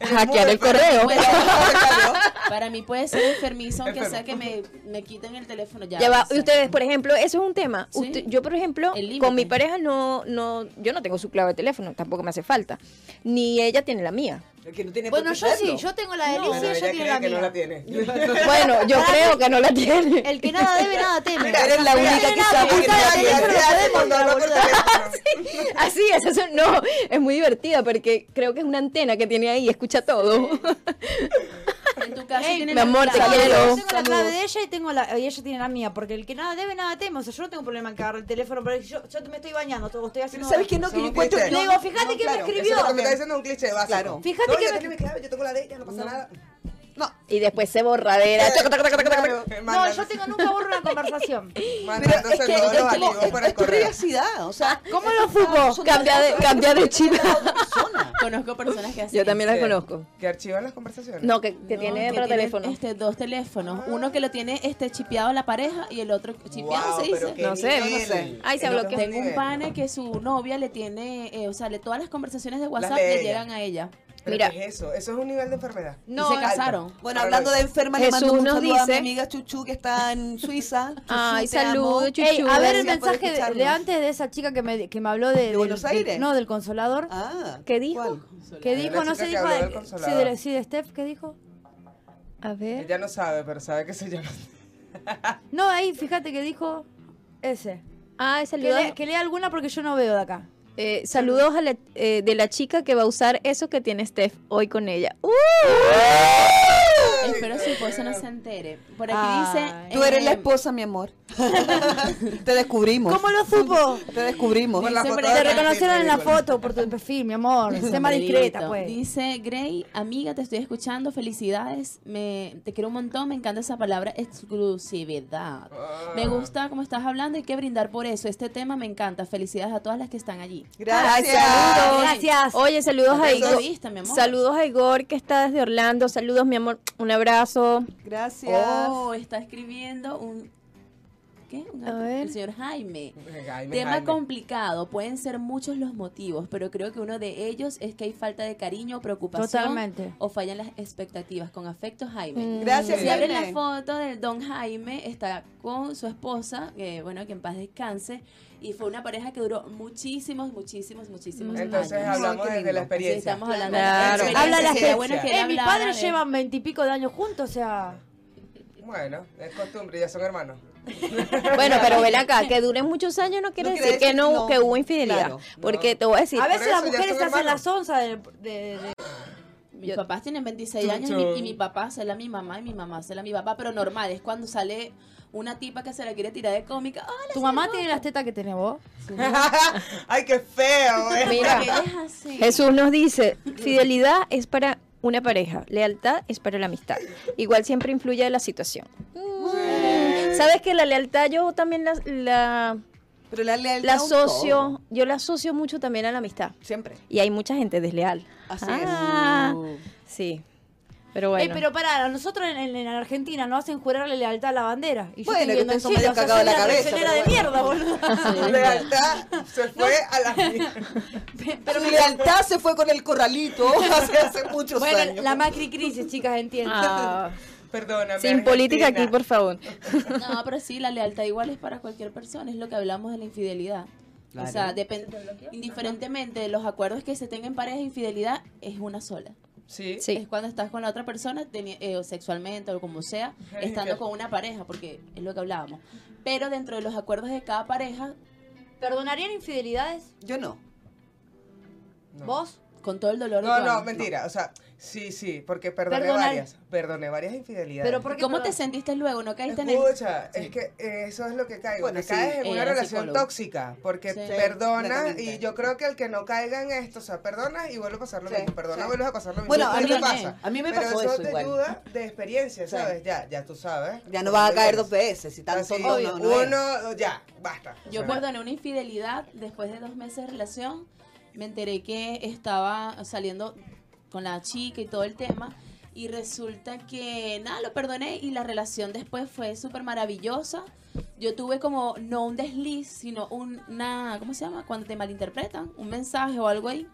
Speaker 1: Hackear el correo.
Speaker 4: Ah.
Speaker 1: *laughs*
Speaker 4: Bueno,
Speaker 5: Claro.
Speaker 4: para mí puede ser enfermizo, aunque sea que me, me quiten el teléfono ya.
Speaker 1: Ya va,
Speaker 4: o sea.
Speaker 1: y ustedes, por ejemplo, eso es un tema.
Speaker 4: Sí.
Speaker 1: Usted- yo, por ejemplo,
Speaker 4: El límite.
Speaker 1: con mi pareja no, no, yo no tengo su clave de teléfono, tampoco me hace falta. Ni ella tiene la mía.
Speaker 5: El que no
Speaker 3: *laughs*
Speaker 5: tiene
Speaker 3: Bueno,
Speaker 5: por qué
Speaker 3: yo sí,
Speaker 5: hacerlo.
Speaker 3: yo tengo la de Liz y
Speaker 2: Pero
Speaker 3: ella
Speaker 2: ella
Speaker 3: tiene
Speaker 2: cree
Speaker 3: la
Speaker 2: que no la
Speaker 3: mía.
Speaker 2: tiene.
Speaker 1: Bueno, yo creo que no la tiene.
Speaker 3: El que nada debe, nada teme.
Speaker 5: Mira, eres la
Speaker 3: No
Speaker 5: única
Speaker 3: debe
Speaker 5: que
Speaker 3: nada,
Speaker 5: sabe
Speaker 3: pues,
Speaker 5: que
Speaker 3: claro,
Speaker 5: nadie
Speaker 3: eso no
Speaker 5: hace
Speaker 3: podemos,
Speaker 5: cuando
Speaker 3: la
Speaker 5: habla por
Speaker 3: boluda.
Speaker 5: teléfono.
Speaker 1: Así es, eso no, es muy divertida porque creo que es una antena que tiene ahí, escucha todo.
Speaker 4: En tu caso
Speaker 3: Ey,
Speaker 4: tienen
Speaker 1: mi amor,
Speaker 4: la-
Speaker 1: te
Speaker 3: Claro,
Speaker 1: quiero.
Speaker 3: Yo tengo la
Speaker 1: Saludos.
Speaker 3: clave de ella y, tengo la, y ella tiene la mía, porque el que nada debe, nada teme. O sea, yo no tengo problema en cagar el teléfono, pero yo, yo me estoy bañando, todo, estoy haciendo...
Speaker 5: ¿Sabes qué no? Que yo
Speaker 2: Somos
Speaker 5: encuentro
Speaker 2: cristianos.
Speaker 3: Le digo, fíjate que me escribió.
Speaker 2: Eso es lo que me está diciendo es un cliché básico.
Speaker 5: Claro.
Speaker 3: Fíjate
Speaker 2: No,
Speaker 3: que
Speaker 2: ella
Speaker 3: me-
Speaker 2: tiene mi clave, yo tengo la de ella, no pasa nada.
Speaker 5: No,
Speaker 1: Y después se borradera. Chaca, taca, taca, taca, taca.
Speaker 2: Claro,
Speaker 3: No,
Speaker 2: manda-
Speaker 3: yo tengo nunca borro una conversación.
Speaker 2: manda,
Speaker 5: pero es
Speaker 2: entonces no
Speaker 5: que es
Speaker 2: lo
Speaker 5: como-
Speaker 2: validó por
Speaker 5: es
Speaker 2: el
Speaker 5: tu
Speaker 2: correo.
Speaker 5: privacidad, o sea,
Speaker 1: ¿Cómo lo supo? Cambia de, cambia de chip.
Speaker 5: persona.
Speaker 4: Conozco personas que hacen
Speaker 1: Yo también las
Speaker 2: Sí.
Speaker 1: conozco.
Speaker 2: Que archivan las conversaciones.
Speaker 1: Este, No, que, que
Speaker 4: No,
Speaker 1: tiene
Speaker 4: que
Speaker 1: otro
Speaker 4: tienen,
Speaker 1: teléfono.
Speaker 4: Este, dos teléfonos. Uno que lo tiene este chipeado la pareja y el otro chipeado
Speaker 2: Guau,
Speaker 4: se
Speaker 2: pero
Speaker 4: dice.
Speaker 2: qué
Speaker 1: No sé,
Speaker 2: nivel.
Speaker 5: no sé.
Speaker 1: Ay, se
Speaker 2: En
Speaker 1: bloqueó.
Speaker 2: otro
Speaker 4: Tengo un
Speaker 2: nivel.
Speaker 4: pana que su novia le tiene, eh, o sea, le, todas las conversaciones de WhatsApp
Speaker 2: lee
Speaker 4: le
Speaker 2: ella.
Speaker 4: llegan a ella.
Speaker 2: Pero
Speaker 1: Mira.
Speaker 2: ¿qué es eso? Eso es un nivel de enfermedad.
Speaker 4: y se casaron.
Speaker 5: Bueno, hablando de enferma, le
Speaker 1: Jesús
Speaker 5: mando un
Speaker 1: nos
Speaker 5: saludo a mi
Speaker 1: dice-
Speaker 5: amiga Chuchu que está en
Speaker 1: *laughs*
Speaker 5: Suiza. Chuchu,
Speaker 1: Ay,
Speaker 5: te amo.
Speaker 1: saludos, Chuchu.
Speaker 3: Ey, a ver el
Speaker 5: Gracias por
Speaker 3: mensaje de,
Speaker 5: escucharnos.
Speaker 3: de antes de esa chica que me, que me habló de, del-
Speaker 5: Buenos Aires?
Speaker 3: no, del consolador.
Speaker 5: Ah,
Speaker 1: ¿Qué dijo?
Speaker 5: ¿cuál?
Speaker 3: que
Speaker 2: la
Speaker 3: dijo, no
Speaker 2: chica
Speaker 3: se
Speaker 2: que
Speaker 3: dijo.
Speaker 2: habló del
Speaker 3: de- Sí,
Speaker 2: consolador.
Speaker 3: de, sí, de Steph, ¿qué dijo?
Speaker 1: A
Speaker 3: ¿Eh?
Speaker 1: ver.
Speaker 2: Ella no sabe, pero sabe que se llama.
Speaker 3: No, ahí, fíjate que dijo ese.
Speaker 1: Ah,
Speaker 3: Que,
Speaker 1: saludos.
Speaker 3: lea- que lea alguna porque yo no veo de acá.
Speaker 1: eh, saludos a la- eh, de la chica que va a usar eso que tiene Steph hoy con ella. ¡Uh!
Speaker 4: Espero su esposa no se entere. Por aquí
Speaker 3: Ay.
Speaker 4: dice.
Speaker 5: Tú eres la
Speaker 4: eh,
Speaker 5: esposa, mi amor. *laughs* Te descubrimos.
Speaker 3: ¿Cómo lo supo?
Speaker 5: Te descubrimos.
Speaker 2: Por la
Speaker 4: Dice,
Speaker 2: foto de
Speaker 4: pero
Speaker 3: Te
Speaker 4: Todo
Speaker 2: perfil,
Speaker 3: reconocieron en la
Speaker 2: ridículo.
Speaker 3: foto por tu perfil, mi amor. Sé más
Speaker 4: Sombrerito.
Speaker 3: discreta, pues.
Speaker 4: Dice Gray, amiga, te estoy escuchando, felicidades, me, te quiero un montón, me encanta esa palabra exclusividad.
Speaker 2: Ah.
Speaker 4: Me gusta cómo estás hablando, hay que brindar por eso, este tema me encanta, felicidades a todas las que están allí.
Speaker 5: Gracias.
Speaker 1: Saludos.
Speaker 3: Gracias.
Speaker 1: Oye, saludos a
Speaker 4: Abrazo de
Speaker 1: Igor.
Speaker 4: vista, mi amor.
Speaker 1: Saludos a Igor que está desde Orlando. Saludos, mi amor. Un abrazo.
Speaker 5: Gracias.
Speaker 4: Oh, está escribiendo un... ¿Qué? Un-
Speaker 1: A ver.
Speaker 4: El señor Jaime.
Speaker 2: Jaime,
Speaker 4: Tema
Speaker 2: Jaime.
Speaker 4: complicado, pueden ser muchos los motivos, pero creo que uno de ellos es que hay falta de cariño, preocupación
Speaker 3: Totalmente. Mm.
Speaker 4: o fallan las expectativas. Con afecto, Jaime.
Speaker 5: Gracias,
Speaker 4: Si abren la
Speaker 5: Jaime.
Speaker 4: foto del don Jaime, está con su esposa, que bueno, que en paz descanse, y fue una pareja que duró muchísimos, muchísimos, muchísimos
Speaker 2: Entonces
Speaker 4: años.
Speaker 5: habla
Speaker 2: hablamos
Speaker 5: qué
Speaker 2: desde
Speaker 5: lindo.
Speaker 2: la
Speaker 5: Sí,
Speaker 4: Sí,
Speaker 2: experiencia.
Speaker 4: estamos hablando
Speaker 1: Claro.
Speaker 4: de
Speaker 3: Habla la
Speaker 4: Sería bueno que él
Speaker 3: Eh, mis
Speaker 4: hablara
Speaker 3: padres
Speaker 4: de-
Speaker 3: llevan veintipico de años juntos, o sea.
Speaker 2: Bueno, es costumbre, ya son hermanos.
Speaker 1: Bueno, pero ven acá, que duren muchos años no quiere
Speaker 5: No
Speaker 1: decir
Speaker 5: quiere
Speaker 1: que
Speaker 5: decir
Speaker 1: no,
Speaker 5: no,
Speaker 1: que hubo infidelidad.
Speaker 5: claro,
Speaker 1: porque te voy a decir,
Speaker 3: A
Speaker 2: ver,
Speaker 3: veces
Speaker 2: eso
Speaker 3: las
Speaker 2: ya
Speaker 3: mujeres
Speaker 2: son
Speaker 3: se hacen
Speaker 2: hermanos.
Speaker 3: las onzas de, de- de-
Speaker 4: Mis papás tienen 26
Speaker 2: Chum,
Speaker 4: años y mi, y
Speaker 2: chum.
Speaker 4: mi papá se la mi mamá y mi mamá se la mi papá, pero normal, es cuando sale una tipa que se la quiere tirar de cómica. "Ah, ¡Hola!
Speaker 3: ¿Tu mamá tiene las tetas que tenés vos?
Speaker 2: *laughs* Ay, qué feo, eh. güey.
Speaker 1: mira,
Speaker 4: que ella es así.
Speaker 1: Jesús nos dice, fidelidad es para una pareja, lealtad es para la amistad. Igual siempre influye de la situación. Mm. Sabes que la lealtad yo también la, la,
Speaker 5: Pero la lealtad
Speaker 1: la
Speaker 5: es un
Speaker 1: asocio,
Speaker 5: todo.
Speaker 1: yo la asocio mucho también a la amistad.
Speaker 2: *laughs*
Speaker 5: Siempre.
Speaker 1: Y hay mucha gente desleal.
Speaker 5: Así
Speaker 1: Ah, Sí. Pero bueno.
Speaker 3: Eh, pero pará, a nosotros en, en- en Argentina nos hacen jurarle lealtad a la bandera. Y yo estoy
Speaker 5: Bueno, que
Speaker 3: viviendo en
Speaker 5: ustedes son
Speaker 3: Chile,
Speaker 5: medio
Speaker 3: o sea,
Speaker 5: cagados
Speaker 3: soy
Speaker 5: de la
Speaker 3: una
Speaker 5: cabeza,
Speaker 3: traicionera
Speaker 5: pero
Speaker 3: de mierda,
Speaker 2: *laughs*
Speaker 3: boludo.
Speaker 2: Su lealtad se fue a la *laughs* mierda.
Speaker 5: Pero mi lealtad se fue con el corralito *laughs* hace, hace muchos
Speaker 3: Bueno,
Speaker 5: años.
Speaker 3: la macri crisis, chicas, entiendo.
Speaker 1: Ah,
Speaker 2: Perdóname.
Speaker 1: sin política
Speaker 2: Argentina.
Speaker 1: aquí, por favor.
Speaker 4: No, pero sí, la lealtad igual es para cualquier persona, es lo que hablamos de la infidelidad. O sea, depende, indiferentemente de los acuerdos que se tengan en pareja, infidelidad es una sola.
Speaker 2: Sí.
Speaker 1: Sí.
Speaker 4: Es cuando estás con la otra persona, teni- eh, o sexualmente o como sea, estando con una pareja, porque es lo que hablábamos. Pero dentro de los acuerdos de cada pareja,
Speaker 3: ¿Perdonarían infidelidades?
Speaker 5: Yo no.
Speaker 2: No.
Speaker 3: ¿Vos?
Speaker 4: con todo el dolor.
Speaker 2: No,
Speaker 4: del
Speaker 2: no,
Speaker 4: mundo.
Speaker 2: mentira. O sea, Sí, sí, porque perdoné
Speaker 3: Perdonar.
Speaker 2: varias. Perdoné varias infidelidades.
Speaker 3: Pero ¿por qué
Speaker 4: ¿Cómo
Speaker 3: no
Speaker 4: te
Speaker 3: lo-
Speaker 4: sentiste luego? ¿No caíste en el...?
Speaker 2: Escucha, es que eh, eso es lo que caigo.
Speaker 5: Bueno,
Speaker 2: que
Speaker 5: sí,
Speaker 2: caes en
Speaker 4: ella
Speaker 2: una
Speaker 4: era
Speaker 2: relación
Speaker 4: psicóloga.
Speaker 2: tóxica. Porque
Speaker 4: Sí.
Speaker 2: perdona y
Speaker 5: Completamente.
Speaker 2: yo creo que el que no caiga en esto, o sea, perdonas y vuelve a pasar lo
Speaker 5: Sí,
Speaker 2: mismo. Perdona,
Speaker 5: sí.
Speaker 2: vuelves a pasar lo mismo.
Speaker 5: Bueno,
Speaker 2: Eso
Speaker 5: a mí
Speaker 2: te
Speaker 5: me-
Speaker 2: pasa.
Speaker 5: a mí me
Speaker 2: Pero
Speaker 5: pasó
Speaker 2: eso
Speaker 5: eso
Speaker 2: te
Speaker 5: igual.
Speaker 2: ayuda de experiencia,
Speaker 5: Sí.
Speaker 2: ¿sabes? Ya, ya tú sabes.
Speaker 5: Ya no vas a caer dos veces, si tanto
Speaker 2: Así,
Speaker 5: no, no, no es.
Speaker 2: uno, ya, basta. O
Speaker 4: Yo
Speaker 2: sea,
Speaker 4: perdoné una infidelidad después de dos meses de relación. Me enteré que estaba saliendo con la chica y todo el tema. Y resulta que nada, lo perdoné y la relación después fue súper maravillosa. Yo tuve como, no un desliz, sino un- una, ¿cómo se llama? Cuando te malinterpretan, un mensaje o algo ahí.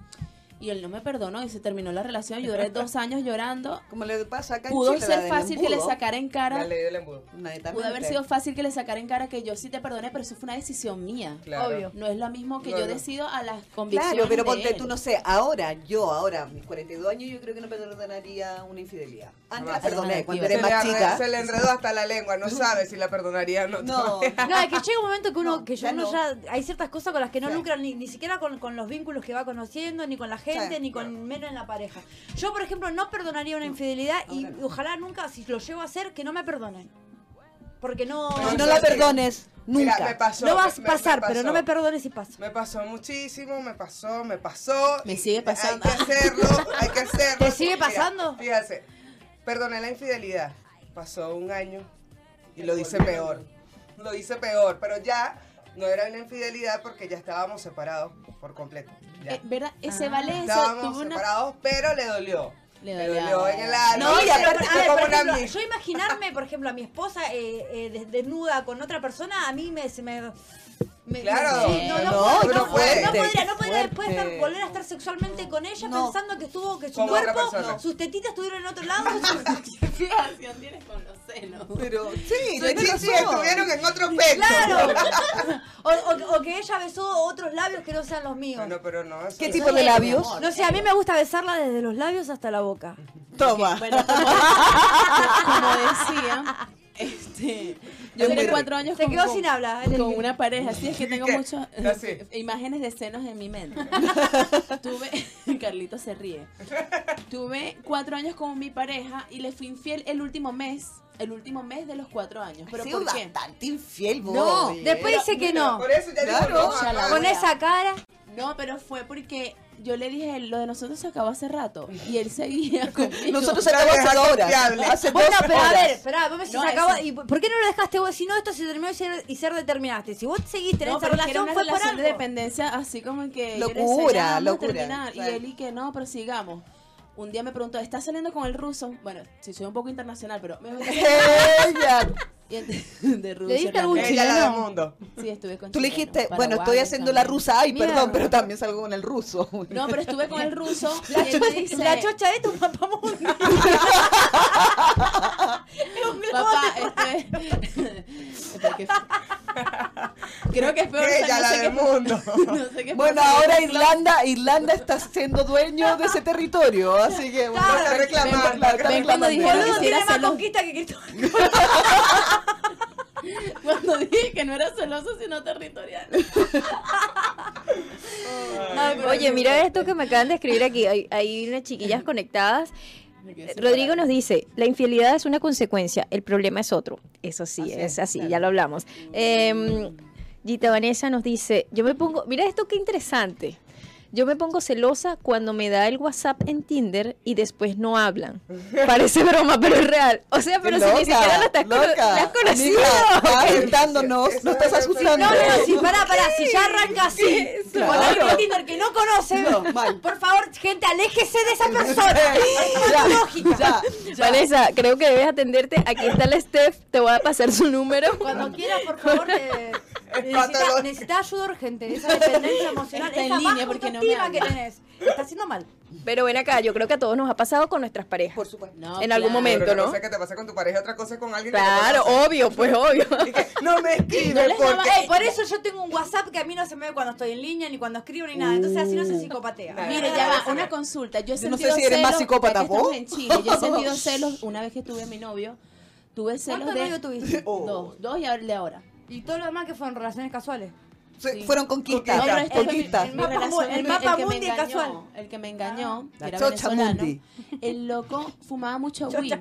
Speaker 4: Y él no me perdonó y se terminó la relación. Yo duré dos años llorando.
Speaker 5: Como le pasa acá en
Speaker 4: Pudo
Speaker 5: Chile, la
Speaker 4: ser
Speaker 5: del
Speaker 4: fácil que le
Speaker 5: embudo.
Speaker 4: sacara en cara.
Speaker 2: La ley del embudo.
Speaker 5: Inmediatamente.
Speaker 4: Pudo haber sido fácil que le sacara en cara que yo sí te perdoné, pero eso fue una decisión mía.
Speaker 2: Claro.
Speaker 3: Obvio.
Speaker 4: No es lo mismo que
Speaker 2: No,
Speaker 4: yo
Speaker 2: no.
Speaker 4: decido a las convicciones.
Speaker 5: Claro, pero
Speaker 4: de
Speaker 5: ponte
Speaker 4: él.
Speaker 5: tú, no sé, ahora, yo, ahora, mis 42 años, yo creo que no perdonaría una infidelidad. Antes la
Speaker 2: Jamás.
Speaker 5: perdoné, cuando
Speaker 4: Se
Speaker 5: era
Speaker 2: le
Speaker 5: más
Speaker 2: arre-
Speaker 5: chica.
Speaker 2: se le enredó hasta la lengua, no sabe si la perdonaría o no.
Speaker 3: No,
Speaker 5: *laughs* No,
Speaker 3: es que llega un momento que uno,
Speaker 5: No,
Speaker 3: que ya
Speaker 5: ya
Speaker 3: uno
Speaker 5: no.
Speaker 3: ya, hay ciertas cosas con las que no
Speaker 5: Sí.
Speaker 3: lucran, ni, ni siquiera con, con los vínculos que va conociendo, ni con la gente,
Speaker 5: Sí,
Speaker 3: ni con menos en la pareja. Yo, por ejemplo, no perdonaría una infidelidad y
Speaker 5: ahora
Speaker 3: ojalá nunca, si lo llevo a hacer, que no me perdonen. Porque no,
Speaker 2: Pero
Speaker 3: no,
Speaker 5: No, no la
Speaker 2: Sí.
Speaker 5: perdones
Speaker 2: Mira,
Speaker 5: nunca.
Speaker 2: me pasó.
Speaker 3: va a
Speaker 2: me- me-
Speaker 3: pasar,
Speaker 2: me
Speaker 3: pero no
Speaker 2: pasó.
Speaker 3: me perdones si pasa.
Speaker 2: Me pasó muchísimo, me pasó, me pasó.
Speaker 4: Me
Speaker 2: y
Speaker 4: sigue pasando.
Speaker 2: Hay que hacerlo, hay que hacerlo.
Speaker 3: ¿Te sigue
Speaker 2: Mira,
Speaker 3: pasando?
Speaker 2: fíjate, perdoné la infidelidad. Pasó un año y lo hice peor. Lo hice peor, pero ya no era una infidelidad porque ya estábamos separados por completo. ya.
Speaker 4: Eh, ¿Verdad? Eh, se vale eso.
Speaker 2: estábamos
Speaker 4: Tuve una-
Speaker 2: separados, pero le dolió.
Speaker 4: Le
Speaker 2: Me
Speaker 4: dolió.
Speaker 2: dolió en el alma.
Speaker 5: No, y
Speaker 2: Fue
Speaker 5: aparte-
Speaker 3: Ah, a ver,
Speaker 2: como
Speaker 3: por
Speaker 2: una
Speaker 3: ejemplo,
Speaker 2: mierda.
Speaker 3: yo imaginarme, por ejemplo, a mi esposa eh, eh, des- desnuda con otra persona, a mí me... se me, me-
Speaker 2: Claro.
Speaker 3: me- sí, no, no,
Speaker 5: No,
Speaker 3: puedo,
Speaker 5: pero
Speaker 3: no,
Speaker 5: fuerte,
Speaker 3: no podría, no podría después estar-
Speaker 5: fuerte.
Speaker 3: volver a estar sexualmente con ella
Speaker 5: No.
Speaker 3: pensando que estuvo, que su
Speaker 2: Con otra
Speaker 3: cuerpo,
Speaker 2: persona.
Speaker 3: sus tetitas estuvieron en otro lado. sus-
Speaker 4: ¿Qué *laughs* fijación tienes con los senos?
Speaker 5: Pero sí,
Speaker 2: Sí,
Speaker 5: tenés
Speaker 2: sí,
Speaker 5: razón.
Speaker 2: estuvieron en otro pecho.
Speaker 3: claro. O, o- o que ella besó otros labios que no sean los míos.
Speaker 2: Bueno, pero no. eso-
Speaker 5: ¿Qué
Speaker 2: eso-
Speaker 5: tipo de labios?
Speaker 3: No sé, a mí me gusta besarla desde los labios hasta la boca.
Speaker 5: Toma.
Speaker 4: Bueno, como, como decía, este, yo
Speaker 5: muy
Speaker 4: duré
Speaker 5: rico.
Speaker 4: cuatro años
Speaker 3: Se
Speaker 4: con,
Speaker 3: quedó
Speaker 4: con-
Speaker 3: sin habla. en el-
Speaker 4: con una pareja, así es que tengo
Speaker 2: ¿Qué?
Speaker 4: muchas
Speaker 2: Así.
Speaker 4: *laughs* imágenes de senos en mi mente. Tuve, *laughs* Carlito se ríe. Tuve cuatro años con mi pareja y le fui infiel el último mes, el último mes de los cuatro años. ¿Pero
Speaker 5: Sí,
Speaker 4: por qué?
Speaker 5: bastante infiel vos.
Speaker 3: No,
Speaker 5: Oye.
Speaker 3: después dice que no.
Speaker 2: Por eso ya
Speaker 5: Claro.
Speaker 2: digo, no,
Speaker 4: Ya la
Speaker 2: ajá.
Speaker 3: Con esa cara.
Speaker 4: No, pero fue porque yo le dije, lo de nosotros se acabó hace rato. Y él seguía *laughs* conmigo.
Speaker 5: Nosotros éramos
Speaker 2: Deja
Speaker 5: hace dos horas.
Speaker 2: confiable.
Speaker 5: Hace
Speaker 3: Bueno,
Speaker 5: dos
Speaker 3: pero a
Speaker 5: horas.
Speaker 3: ver, espera, vamos a ver si
Speaker 4: No,
Speaker 3: se acabó.
Speaker 4: ese-
Speaker 3: ¿Y por qué no lo dejaste vos? Si no, esto se terminó y ser, y ser determinaste. Si vos seguiste en
Speaker 4: No,
Speaker 3: esa
Speaker 4: pero es que era
Speaker 3: relación,
Speaker 4: una
Speaker 3: fue por
Speaker 4: relación
Speaker 3: algo.
Speaker 4: de dependencia, así como que... yo le decía,
Speaker 5: Locura,
Speaker 4: ya, vamos a
Speaker 5: locura,
Speaker 4: terminar. Y
Speaker 5: sí.
Speaker 4: él y que no, pero sigamos. Un día me preguntó, ¿estás saliendo con el ruso? Bueno, si soy un poco internacional, pero... me-
Speaker 5: *laughs* Ella.
Speaker 4: *laughs* Y ent- de Rusia.
Speaker 3: diste algún
Speaker 4: también.
Speaker 2: Ella la del
Speaker 3: chileno.
Speaker 2: mundo.
Speaker 4: Sí, estuve con
Speaker 5: Tú le
Speaker 4: chileno,
Speaker 5: dijiste, bueno, estoy
Speaker 4: paraguayos
Speaker 5: haciendo la
Speaker 4: también.
Speaker 5: rusa. Ay,
Speaker 3: Mierda.
Speaker 5: perdón, pero también salgo con el ruso.
Speaker 4: No, pero estuve con el ruso.
Speaker 5: *laughs*
Speaker 3: La,
Speaker 4: y él
Speaker 3: cho-
Speaker 4: me dice,
Speaker 3: la chocha de tu papá mundial. es un globo
Speaker 4: Papá,
Speaker 3: de-
Speaker 4: este. *laughs*
Speaker 5: *laughs*
Speaker 4: porque- Creo que es peor. o sea,
Speaker 2: Ella
Speaker 4: no
Speaker 2: la
Speaker 4: sé
Speaker 2: del
Speaker 4: qué-
Speaker 2: mundo.
Speaker 4: *laughs* no sé qué
Speaker 5: Bueno,
Speaker 4: pasa.
Speaker 5: ahora Irlanda, Irlanda está siendo dueño de ese territorio, así que bueno,
Speaker 3: Claro.
Speaker 5: está reclamando,
Speaker 2: Ven,
Speaker 5: claro, está
Speaker 4: ven cuando
Speaker 5: reclamando.
Speaker 4: dijeron-
Speaker 3: Boludo,
Speaker 4: quisiera
Speaker 3: tiene más
Speaker 4: hacerlo.
Speaker 3: conquista que Cristóbal.
Speaker 4: Cuando dije que no era celoso, sino territorial.
Speaker 1: Oye, mira esto que me acaban de escribir aquí. Hay, hay unas chiquillas conectadas. Eh, Rodrigo nos dice, la infidelidad es una consecuencia, el problema es otro. Eso sí,
Speaker 5: Así
Speaker 1: es
Speaker 5: es,
Speaker 1: así,
Speaker 5: claro.
Speaker 1: ya lo hablamos. Em, Gita Vanessa nos dice, yo me pongo, mira esto qué interesante. Yo me pongo celosa cuando me da el WhatsApp en Tinder y después no hablan.
Speaker 5: *laughs*
Speaker 1: Parece broma, pero es real. O sea, pero si ni siquiera la estás, cono- la has conocido.
Speaker 5: Amiga, estás asustándonos,
Speaker 2: Eso
Speaker 5: nos estás
Speaker 2: es lo que-
Speaker 5: asustando.
Speaker 3: No, no,
Speaker 5: *laughs*
Speaker 3: si pará, pará, si ya arranca así,
Speaker 5: Claro.
Speaker 3: con alguien de Tinder que no conoce,
Speaker 5: No, mal.
Speaker 3: por favor, gente, aléjese de esa persona.
Speaker 5: Ya,
Speaker 3: Es lógica.
Speaker 5: ya, ya.
Speaker 1: Vanessa, creo que debes atenderte. Aquí está la Steph, te voy a pasar su número.
Speaker 3: Cuando quieras, por favor, te... necesita,
Speaker 2: patológico.
Speaker 3: necesita ayuda urgente. Esa dependencia emocional,
Speaker 4: Está en
Speaker 3: esa
Speaker 4: línea
Speaker 3: baja
Speaker 4: porque no me
Speaker 3: autoestima
Speaker 4: habla.
Speaker 3: que tenés. Está haciendo mal.
Speaker 1: Pero ven acá, yo creo que a todos nos ha pasado con nuestras parejas.
Speaker 5: Por supuesto.
Speaker 4: No,
Speaker 1: En algún
Speaker 4: claro.
Speaker 1: momento,
Speaker 2: Pero
Speaker 1: ¿no?
Speaker 2: Una cosa es que te pasa con tu pareja, otra cosa es con alguien
Speaker 1: Claro,
Speaker 2: que no
Speaker 1: obvio, pues obvio.
Speaker 2: No me escribe
Speaker 4: les daba-
Speaker 2: porque...
Speaker 3: Eh, por eso yo tengo un WhatsApp que a mí no se me ve cuando estoy en línea ni cuando escribo ni nada. Entonces así no
Speaker 4: Uh.
Speaker 3: se psicopatea.
Speaker 2: Nada.
Speaker 4: Mire, ya va, una consulta. Yo he
Speaker 5: Ah, Yo no
Speaker 4: sentido
Speaker 5: sé si eres más
Speaker 4: celos-
Speaker 5: psicópata,
Speaker 4: ya que estamos
Speaker 5: ¿vos?
Speaker 4: en Chile.
Speaker 5: *laughs*
Speaker 4: Yo he sentido celos una vez que tuve a mi novio. Tuve celos
Speaker 3: ¿Cuántos
Speaker 4: de
Speaker 3: *laughs* novios tuviste?
Speaker 5: Oh.
Speaker 4: dos, dos y ahora el de ahora.
Speaker 3: Y todo lo demás que fueron relaciones casuales.
Speaker 5: se-
Speaker 1: *laughs*
Speaker 5: fueron conquistas.
Speaker 4: No, pero
Speaker 2: Exacto.
Speaker 4: es que
Speaker 5: conquistas.
Speaker 4: en mi- en mi
Speaker 3: Mapa mu-
Speaker 4: relación,
Speaker 3: el
Speaker 4: me-
Speaker 3: mapa
Speaker 4: que me
Speaker 3: mundi
Speaker 4: engañó,
Speaker 3: casual. Ah.
Speaker 4: El que me engañó, que
Speaker 5: La
Speaker 4: era
Speaker 5: chocha
Speaker 4: venezolano,
Speaker 5: mundi.
Speaker 4: *laughs* el loco fumaba mucho weed.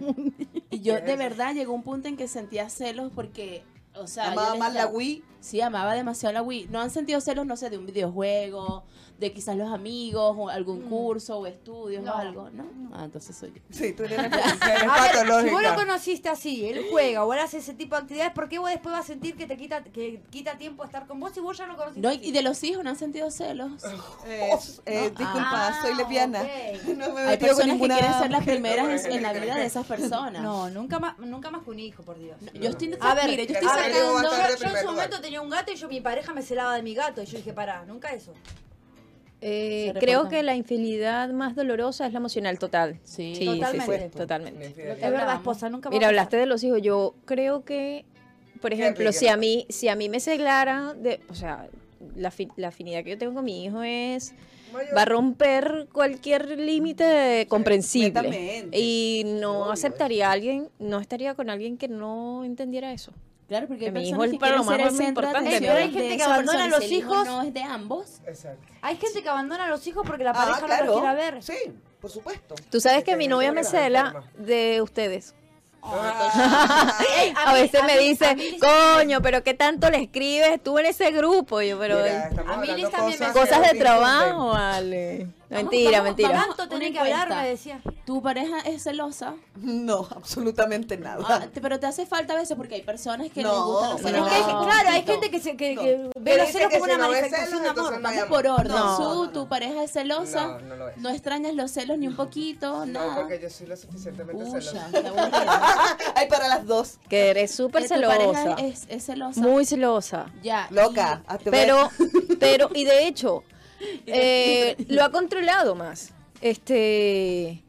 Speaker 4: Y yo
Speaker 3: *laughs*
Speaker 4: de verdad llegó un punto en que sentía celos porque, o sea, yo
Speaker 5: Amaba
Speaker 4: le
Speaker 5: más la
Speaker 4: estaba-
Speaker 5: Wii.
Speaker 4: Sí, amaba demasiado la Wii. No han sentido celos, no sé, de un videojuego, de quizás los amigos, o algún curso o estudios
Speaker 3: Mm. No.
Speaker 4: o algo, ¿no? Ah, entonces soy yo.
Speaker 5: Sí, tú eres la-
Speaker 2: Eres
Speaker 3: A ver, si vos lo
Speaker 2: patológica.
Speaker 3: conociste así, él juega o él hace ese tipo de actividades, ¿por qué vos después vas a sentir que te quita, que quita tiempo estar con vos si vos ya lo conociste?
Speaker 4: No, y-
Speaker 3: así?
Speaker 4: y de los hijos no han sentido celos.
Speaker 5: Eh, eh, disculpa,
Speaker 3: Ah,
Speaker 5: soy lesbiana.
Speaker 3: ok.
Speaker 5: No me he
Speaker 4: Hay
Speaker 5: metido con
Speaker 4: personas que
Speaker 5: ninguna
Speaker 4: quieren ser las
Speaker 5: mujer.
Speaker 4: primeras en, en la vida de esas personas.
Speaker 3: No, nunca más, nunca más que un hijo, por Dios.
Speaker 4: Yo estoy,
Speaker 3: A ver,
Speaker 4: mire,
Speaker 3: a
Speaker 4: yo
Speaker 3: ver,
Speaker 2: Ariel
Speaker 4: estoy sacando-
Speaker 2: va a estar de
Speaker 3: yo, yo en
Speaker 2: primer
Speaker 3: su
Speaker 2: lugar.
Speaker 3: momento tenía un gato y yo mi pareja me celaba de mi gato. Y yo dije, pará, nunca eso.
Speaker 1: Eh,
Speaker 4: Se
Speaker 1: creo
Speaker 4: reportan.
Speaker 1: que la infidelidad más dolorosa es la emocional total.
Speaker 4: Sí.
Speaker 3: Totalmente.
Speaker 2: Mi
Speaker 1: pues, totalmente.
Speaker 2: infidelidad.
Speaker 3: Es verdad,
Speaker 4: hablábamos.
Speaker 3: esposa, nunca más.
Speaker 1: Mira, hablaste de los hijos. Yo creo que, por ejemplo,
Speaker 2: rico.
Speaker 1: si a mí, si a mí me celara, de, o sea, la, fi- la afinidad que yo tengo con mi hijo es
Speaker 2: Mayor-
Speaker 1: va a romper cualquier límite comprensible.
Speaker 5: completamente.
Speaker 1: Y no
Speaker 5: Obvio,
Speaker 1: aceptaría a alguien, no estaría con alguien que no entendiera eso.
Speaker 4: Claro, porque hay
Speaker 1: Mi hijo
Speaker 4: personas
Speaker 1: es
Speaker 4: que
Speaker 1: para lo
Speaker 4: quieren ser
Speaker 1: más
Speaker 4: el centro de
Speaker 1: importante,
Speaker 4: atención
Speaker 1: pero hay
Speaker 4: de
Speaker 3: gente que
Speaker 4: esa
Speaker 3: abandona
Speaker 4: persona,
Speaker 3: a
Speaker 4: y
Speaker 3: los
Speaker 4: si el hijo
Speaker 3: hijos.
Speaker 4: No es de ambos.
Speaker 2: Exacto.
Speaker 3: Hay gente que abandona a los hijos porque la
Speaker 5: Ah,
Speaker 3: pareja no
Speaker 5: claro.
Speaker 3: los quiere ver.
Speaker 5: Sí, *laughs* por supuesto.
Speaker 1: Tú sabes que
Speaker 2: Que
Speaker 1: mi
Speaker 2: te
Speaker 1: novia me
Speaker 2: encuentras
Speaker 1: cela
Speaker 2: enferma.
Speaker 1: de ustedes.
Speaker 2: Ah,
Speaker 3: Ey,
Speaker 1: eh, A
Speaker 3: mí-
Speaker 1: veces
Speaker 3: eh, a
Speaker 1: me
Speaker 3: mí- a
Speaker 1: dice,
Speaker 3: mí Liz-
Speaker 1: coño, pero qué tanto le escribes tú en ese grupo. Y yo, pero
Speaker 2: mira,
Speaker 1: eh,
Speaker 2: estamos
Speaker 3: a mí
Speaker 2: hablando
Speaker 3: Liz también me-
Speaker 1: cosas de
Speaker 2: que no discuten.
Speaker 1: trabajo, vale. Mentira,
Speaker 3: vamos,
Speaker 1: mentira.
Speaker 3: vamos, Tanto tenés
Speaker 4: Una
Speaker 3: que hablar,
Speaker 4: encuesta.
Speaker 3: me decía.
Speaker 4: Tu pareja es celosa,
Speaker 5: No, absolutamente
Speaker 4: ah,
Speaker 5: nada.
Speaker 4: te- pero te hace falta a veces porque hay personas que
Speaker 5: No,
Speaker 4: les gustan los
Speaker 5: pero
Speaker 4: celos.
Speaker 3: es que hay,
Speaker 5: no.
Speaker 3: claro, hay gente que, se, que,
Speaker 5: No.
Speaker 3: que ve los
Speaker 2: dice
Speaker 3: celos
Speaker 2: que
Speaker 3: como
Speaker 2: si
Speaker 3: una
Speaker 2: no ves
Speaker 3: manifestación
Speaker 2: celos,
Speaker 3: de
Speaker 2: entonces
Speaker 3: amor.
Speaker 2: no hay
Speaker 4: Vamos por orden.
Speaker 1: No.
Speaker 4: Su, tu pareja es celosa.
Speaker 2: No, no lo es.
Speaker 4: extrañas los celos ni un
Speaker 2: No,
Speaker 4: poquito, nada.
Speaker 2: porque yo soy lo suficientemente
Speaker 4: Uy,
Speaker 2: celosa.
Speaker 4: ya, qué aburrido.
Speaker 3: *laughs*
Speaker 5: *laughs* Hay para las dos.
Speaker 1: Que eres súper
Speaker 4: Que tu pareja
Speaker 1: celosa.
Speaker 4: es, es celosa.
Speaker 1: Muy celosa.
Speaker 4: ya. y-
Speaker 5: Loca. hazte ver. *laughs*
Speaker 1: Pero,
Speaker 2: *laughs*
Speaker 1: pero, y de hecho, eh, lo ha controlado más. Este.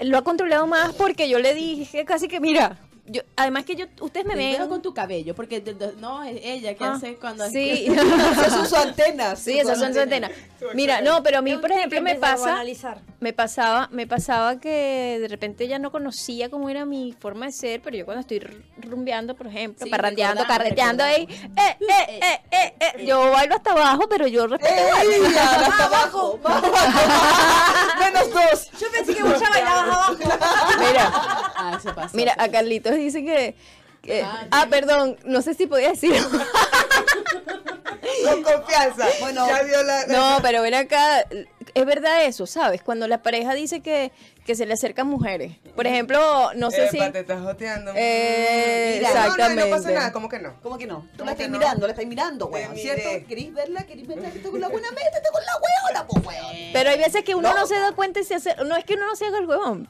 Speaker 1: Lo ha controlado más porque yo le dije casi que, mira, yo, además que yo, ustedes me
Speaker 4: Primero
Speaker 1: ven.
Speaker 4: con tu cabello, porque te- te- no es ella que
Speaker 1: Ah,
Speaker 4: hace cuando
Speaker 1: sí. *laughs*
Speaker 4: *laughs*
Speaker 5: Esas son sus antenas.
Speaker 1: Sí, esas son sus
Speaker 5: *laughs*
Speaker 1: antenas. Mira, no, pero a mí, por ejemplo, me pasa,
Speaker 3: Analizar.
Speaker 1: me pasaba, me pasaba que de repente ya no conocía cómo era mi forma de ser, pero yo cuando estoy r- rumbeando, por ejemplo,
Speaker 4: Sí,
Speaker 1: parrandeando,
Speaker 4: recordamos,
Speaker 1: carreteando ahí,
Speaker 4: recordamos.
Speaker 1: eh, eh, eh, eh, eh, yo bailo hasta abajo, pero yo respeto.
Speaker 5: ¡Ella!
Speaker 3: *laughs* Ah,
Speaker 5: ¡Hasta Ah, abajo! ¡Más abajo! *laughs* ¡Menos dos!
Speaker 3: Yo pensé que vos ya bailabas abajo.
Speaker 1: *laughs* Mira,
Speaker 4: Ah,
Speaker 1: *laughs*
Speaker 4: se pasó.
Speaker 1: mira, a Carlitos dice que, que-
Speaker 4: Ah,
Speaker 1: ah, perdón, no sé si podía decir.
Speaker 5: *laughs*
Speaker 2: Con confianza.
Speaker 5: Bueno.
Speaker 2: ya vio la.
Speaker 1: No, pero ven acá, es verdad eso, ¿sabes? Cuando la pareja dice que, que se le acercan mujeres. Por ejemplo, no
Speaker 5: Eh,
Speaker 1: sé si...
Speaker 2: Epa, te estás joteando.
Speaker 1: Eh,
Speaker 2: Mira, no, no, No, pasa
Speaker 1: exactamente.
Speaker 2: nada, ¿cómo que no?
Speaker 5: ¿Cómo que no? Tú
Speaker 2: ¿Cómo
Speaker 5: la
Speaker 2: que
Speaker 5: estás
Speaker 2: no?
Speaker 5: mirando, la estás mirando,
Speaker 2: Te
Speaker 5: weón.
Speaker 2: miré.
Speaker 5: ¿Cierto? ¿Querís verla? ¿Querís verla? Que está con la buena? Métete con la weona, pues, weón.
Speaker 1: Pero hay veces que uno no, se da cuenta y se hace. No es que uno no se haga el huevón.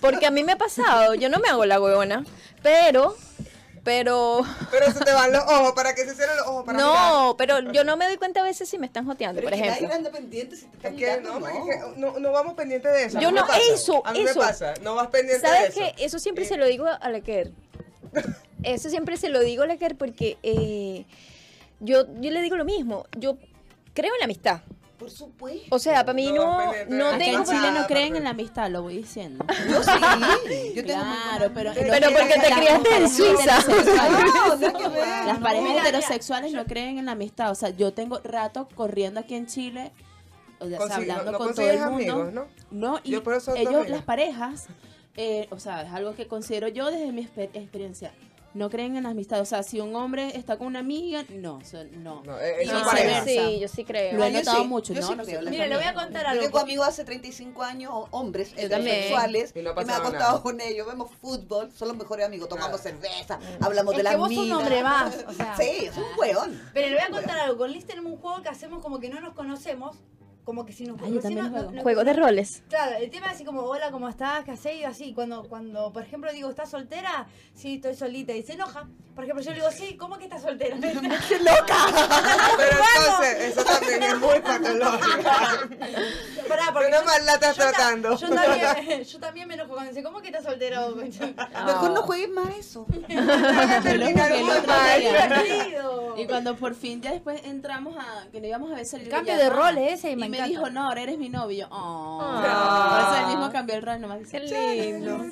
Speaker 1: Porque a mí me ha pasado, yo no me hago la huevona. Pero, pero.
Speaker 2: Pero se te van los ojos. ¿Para qué se cierran los ojos? Para mirar.
Speaker 1: No, pero yo no me doy cuenta a veces si me están joteando,
Speaker 5: Pero
Speaker 1: por
Speaker 5: es que nadie
Speaker 1: ejemplo.
Speaker 5: anda pendiente si te está
Speaker 2: Es que
Speaker 5: mirando,
Speaker 2: no, porque
Speaker 5: no.
Speaker 2: es que oh, no, no vamos pendientes de eso.
Speaker 1: Yo
Speaker 2: a mí me
Speaker 1: no-
Speaker 2: pasa.
Speaker 1: eso,
Speaker 2: A mí
Speaker 1: eso.
Speaker 2: me pasa. No vas pendiente de
Speaker 1: ¿Sabes
Speaker 2: eso.
Speaker 1: qué? Eso siempre se lo digo a la Ker. Eso siempre se lo digo a la Ker porque eh, yo, yo le digo lo mismo. Yo creo en la amistad.
Speaker 5: Por supuesto.
Speaker 1: *laughs* O sea, para mí
Speaker 2: No,
Speaker 1: no,
Speaker 2: pendiente
Speaker 1: no
Speaker 2: de la
Speaker 4: Acá en
Speaker 1: tengo.
Speaker 2: amistad.
Speaker 4: Chile no
Speaker 2: Ah,
Speaker 4: creen en
Speaker 2: perfecto.
Speaker 4: la amistad, lo voy diciendo.
Speaker 5: Yo sí. Yo tengo muy Ah,
Speaker 4: Claro, *laughs* pero,
Speaker 1: Pero porque te criaste en Suiza.
Speaker 5: *laughs* No, no, que ver.
Speaker 4: Las parejas
Speaker 3: mira,
Speaker 4: heterosexuales no creen en la amistad. O sea, yo tengo rato corriendo aquí en Chile, o sea,
Speaker 2: Consi-
Speaker 4: hablando
Speaker 2: no- no
Speaker 4: con todo el mundo.
Speaker 2: consigues amigos, ¿no?
Speaker 4: y
Speaker 2: Yo por eso
Speaker 4: ellos,
Speaker 2: también.
Speaker 4: las parejas, eh, o sea, es algo que considero yo desde mi exper- experiencia. No creen en la amistad. O sea, si un hombre está con una amiga, no, o sea, no.
Speaker 2: No, eh,
Speaker 4: Y
Speaker 2: eso
Speaker 1: No,
Speaker 2: es
Speaker 4: viceversa.
Speaker 2: pareja.
Speaker 1: sí, yo sí creo.
Speaker 4: Lo he
Speaker 5: No, yo
Speaker 4: notado
Speaker 5: sí,
Speaker 4: mucho,
Speaker 5: yo
Speaker 4: ¿no?
Speaker 5: sí
Speaker 4: no sé,
Speaker 5: creo, la
Speaker 3: Mire, le voy a contar
Speaker 5: Yo tengo
Speaker 3: algo.
Speaker 5: amigos hace 35 años, ho- hombres
Speaker 1: Yo también.
Speaker 5: heterosexuales,
Speaker 2: Y no ha
Speaker 5: que me ha
Speaker 2: pasado
Speaker 5: acostado
Speaker 2: nada.
Speaker 5: con ellos, vemos fútbol, son los mejores amigos, tomamos
Speaker 2: Claro.
Speaker 5: cerveza, hablamos
Speaker 3: Es
Speaker 5: de la
Speaker 3: que
Speaker 5: vida.
Speaker 3: vos sos un hombre más, o sea.
Speaker 5: sí, es un weón.
Speaker 3: Pero le voy a contar algo. Con Liz tenemos un juego que hacemos como que no nos conocemos. Como que si nos
Speaker 4: Ah, yo también
Speaker 3: si no-
Speaker 4: juego.
Speaker 3: no-
Speaker 1: Juego de roles.
Speaker 3: Claro, el tema es así como, hola, ¿cómo estás? ¿Qué hacéis? Así, cuando, cuando, por ejemplo, digo, ¿estás soltera? Sí, estoy solita. Y se enoja. Por ejemplo, yo le digo, sí, ¿cómo que estás
Speaker 2: *laughs*
Speaker 3: soltera?
Speaker 5: ¡Qué loca!
Speaker 4: *laughs*
Speaker 2: Pero entonces, eso también es muy patológico.
Speaker 3: Pará,
Speaker 2: Pero
Speaker 3: yo-
Speaker 2: mal la estás
Speaker 3: yo ta-
Speaker 2: tratando.
Speaker 3: Yo
Speaker 2: *laughs*
Speaker 3: también, *laughs* yo también me enojo cuando dice, ¿cómo que estás soltera? vos?" *laughs*
Speaker 5: Mejor no juegues más eso.
Speaker 2: Terminar
Speaker 4: que el
Speaker 2: muy
Speaker 4: otro
Speaker 2: mal.
Speaker 4: día-
Speaker 3: Querido.
Speaker 4: Y cuando por fin ya después entramos a que no íbamos a ver salir.
Speaker 3: Cambio
Speaker 4: ella,
Speaker 3: de
Speaker 4: ah,
Speaker 3: roles ese,
Speaker 4: Y
Speaker 3: me
Speaker 4: me,
Speaker 3: encanta.
Speaker 4: dijo, no, ahora eres mi novio.
Speaker 1: Ah.
Speaker 4: Oh. Por eso él mismo cambió el rol nomás.
Speaker 1: Qué lindo.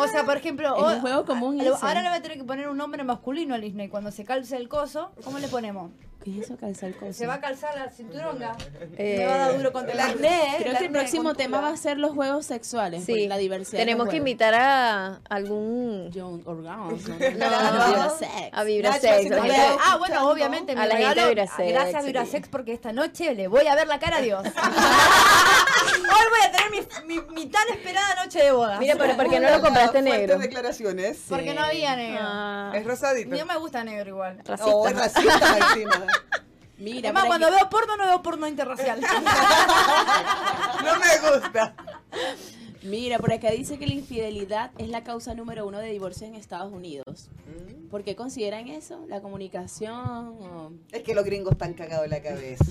Speaker 3: O sea, por ejemplo,
Speaker 4: Es un
Speaker 3: o-
Speaker 4: juego común
Speaker 3: a- lo-
Speaker 4: ese.
Speaker 3: ahora le voy a tener que poner un nombre masculino a Disney. Cuando se calce el coso, ¿cómo le ponemos?
Speaker 4: ¿Qué es eso calzar cosas?
Speaker 3: Se va a calzar la cinturonga.
Speaker 1: Eh,
Speaker 3: Me va a dar duro contra el
Speaker 2: *laughs*
Speaker 3: acné.
Speaker 4: Creo que el próximo tema va a ser los juegos sexuales. pues,
Speaker 1: sí.
Speaker 4: La diversidad. de
Speaker 1: Tenemos
Speaker 4: los
Speaker 1: que
Speaker 4: juegos.
Speaker 1: invitar a algún...
Speaker 4: John
Speaker 1: *laughs*
Speaker 4: Organs. ¿no?
Speaker 1: No.
Speaker 4: Sex.
Speaker 1: A Vibra
Speaker 5: Nacho, si
Speaker 1: Sex.
Speaker 5: te
Speaker 1: a
Speaker 5: queda-
Speaker 1: Vibra-
Speaker 3: Ah, bueno, obviamente.
Speaker 1: A la
Speaker 3: mi
Speaker 1: gente
Speaker 3: regalo-
Speaker 1: de Virasex,
Speaker 3: Gracias,
Speaker 1: sí.
Speaker 3: Virasex, porque esta noche le voy a ver la cara
Speaker 1: *laughs*
Speaker 3: a Dios. Hoy voy a tener mi, mi- mi tan esperada noche de boda.
Speaker 1: Ah, Mira, pero ¿por qué no lo compraste negro?
Speaker 5: Fuertes declaraciones.
Speaker 3: Porque no había negro.
Speaker 1: Ah,
Speaker 2: Es rosadito.
Speaker 3: Yo me gusta negro igual.
Speaker 1: racista.
Speaker 5: Oh, es racista encima.
Speaker 4: Mira,
Speaker 3: Además,
Speaker 4: por
Speaker 3: cuando
Speaker 4: aquí-
Speaker 3: veo porno, no veo
Speaker 1: *laughs*
Speaker 3: porno interracial.
Speaker 2: No me gusta.
Speaker 4: Mira, por acá dice que la infidelidad es la causa número uno de divorcios en Estados Unidos. ¿Por qué consideran eso? ¿La comunicación? o-
Speaker 5: Es que los gringos están cagados en la cabeza.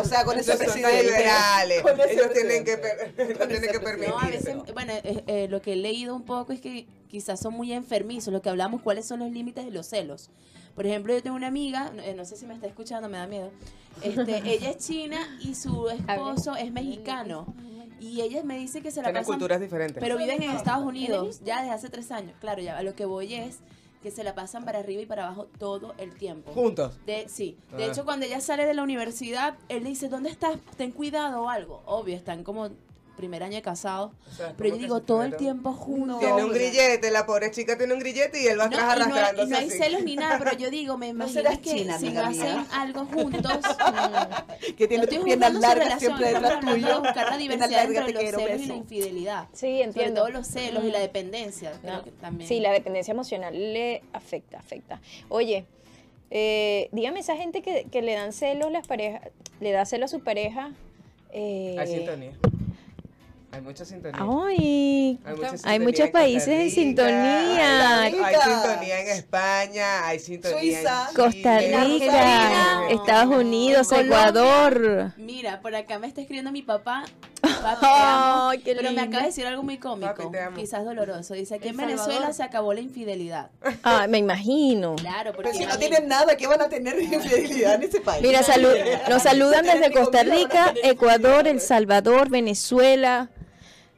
Speaker 5: O sea, con esos
Speaker 2: Ellos son
Speaker 5: presidentes.
Speaker 2: liberales.
Speaker 5: Con ese
Speaker 2: Ellos tienen que,
Speaker 5: presidente.
Speaker 2: per- *laughs* no
Speaker 5: Con
Speaker 2: tienen
Speaker 5: ese
Speaker 2: que
Speaker 5: presidente.
Speaker 4: No, a veces,
Speaker 2: permitirse.
Speaker 4: bueno, eh, eh, lo que he leído un poco es que quizás son muy enfermizos, lo que hablamos, cuáles son los límites de los celos. Por ejemplo, yo tengo una amiga, eh, no sé si me está escuchando, me da miedo. Este, ella es china y su esposo es mexicano. Y ella me dice que se la
Speaker 2: Tienen
Speaker 4: pasan
Speaker 2: culturas diferentes.
Speaker 4: Pero viven en Estados Unidos ya desde hace tres años. Claro, ya a lo que voy es que se la pasan para arriba y para abajo todo el tiempo.
Speaker 2: Juntos.
Speaker 4: De, sí, de
Speaker 2: Ah.
Speaker 4: hecho cuando ella sale de la universidad, él le dice, ¿dónde estás? Ten cuidado o algo. Obvio, están como primer año de casados.
Speaker 2: O sea,
Speaker 4: Pero yo
Speaker 2: como que
Speaker 4: digo,
Speaker 2: se
Speaker 4: todo el
Speaker 2: tuvieron-
Speaker 4: tiempo juntos.
Speaker 2: Tiene un grillete, la pobre chica tiene un grillete y él va
Speaker 4: No, y
Speaker 2: atrás
Speaker 4: no, hay-
Speaker 2: arrastrándose
Speaker 4: y no hay
Speaker 2: así.
Speaker 4: celos ni nada, pero yo digo,
Speaker 5: *laughs*
Speaker 4: me imagino
Speaker 5: serás
Speaker 4: que
Speaker 5: china,
Speaker 4: si
Speaker 5: amiga
Speaker 4: no
Speaker 5: mía. *laughs*
Speaker 4: hacen algo juntos,
Speaker 5: Que
Speaker 4: no
Speaker 5: tiene tus
Speaker 4: estoy juzgando
Speaker 5: piernas
Speaker 4: su
Speaker 5: largas
Speaker 4: relación,
Speaker 5: siempre
Speaker 4: estamos
Speaker 5: detrás
Speaker 4: tratando de
Speaker 5: tuyo.
Speaker 4: buscar la
Speaker 5: Piernas
Speaker 4: diversidad entre
Speaker 5: largas, te
Speaker 4: los
Speaker 5: quiero
Speaker 4: celos y la
Speaker 5: beso.
Speaker 4: infidelidad.
Speaker 1: Sí,
Speaker 4: Sobre
Speaker 1: entiendo.
Speaker 4: todo los celos y la dependencia, creo
Speaker 1: No.
Speaker 4: que también.
Speaker 1: Sí, la dependencia emocional le afecta, afecta. Oye, eh, dígame esa gente que, que le dan celos las parejas, le da celo a su pareja. eh,
Speaker 2: Hay sintonía. Hay mucha sintonía.
Speaker 1: Ay,
Speaker 2: Hay, mucha
Speaker 1: hay
Speaker 2: sintonía
Speaker 1: muchos
Speaker 2: Costa
Speaker 1: países en
Speaker 2: Rica,
Speaker 1: sintonía.
Speaker 2: Hay, hay
Speaker 5: Rica.
Speaker 2: sintonía en España, hay sintonía
Speaker 5: Suiza.
Speaker 2: en
Speaker 1: Costa
Speaker 2: Chile,
Speaker 3: en
Speaker 1: Rica,
Speaker 3: Argentina,
Speaker 1: Estados Unidos,
Speaker 4: Colombia.
Speaker 1: Ecuador.
Speaker 4: Mira, por acá me está escribiendo
Speaker 1: *laughs*
Speaker 4: mi papá. Papi, te amo.
Speaker 1: Ay, qué
Speaker 4: pero me
Speaker 1: lindo.
Speaker 4: acaba de decir algo muy cómico,
Speaker 2: Papi, te amo.
Speaker 4: quizás doloroso. Dice que
Speaker 3: El
Speaker 4: en Venezuela
Speaker 3: Salvador.
Speaker 4: se acabó
Speaker 2: *laughs*
Speaker 4: la infidelidad.
Speaker 1: Ay, Ah, me imagino.
Speaker 4: Claro, porque
Speaker 5: Pero si no
Speaker 4: imagínate.
Speaker 5: tienen nada, ¿qué van a tener de infidelidad en ese país?
Speaker 1: Mira, salu- nos saludan
Speaker 5: Ustedes
Speaker 1: desde
Speaker 5: ni
Speaker 1: Costa
Speaker 5: comida van a
Speaker 1: Rica,
Speaker 5: tener.
Speaker 1: Ecuador, El Salvador, Venezuela,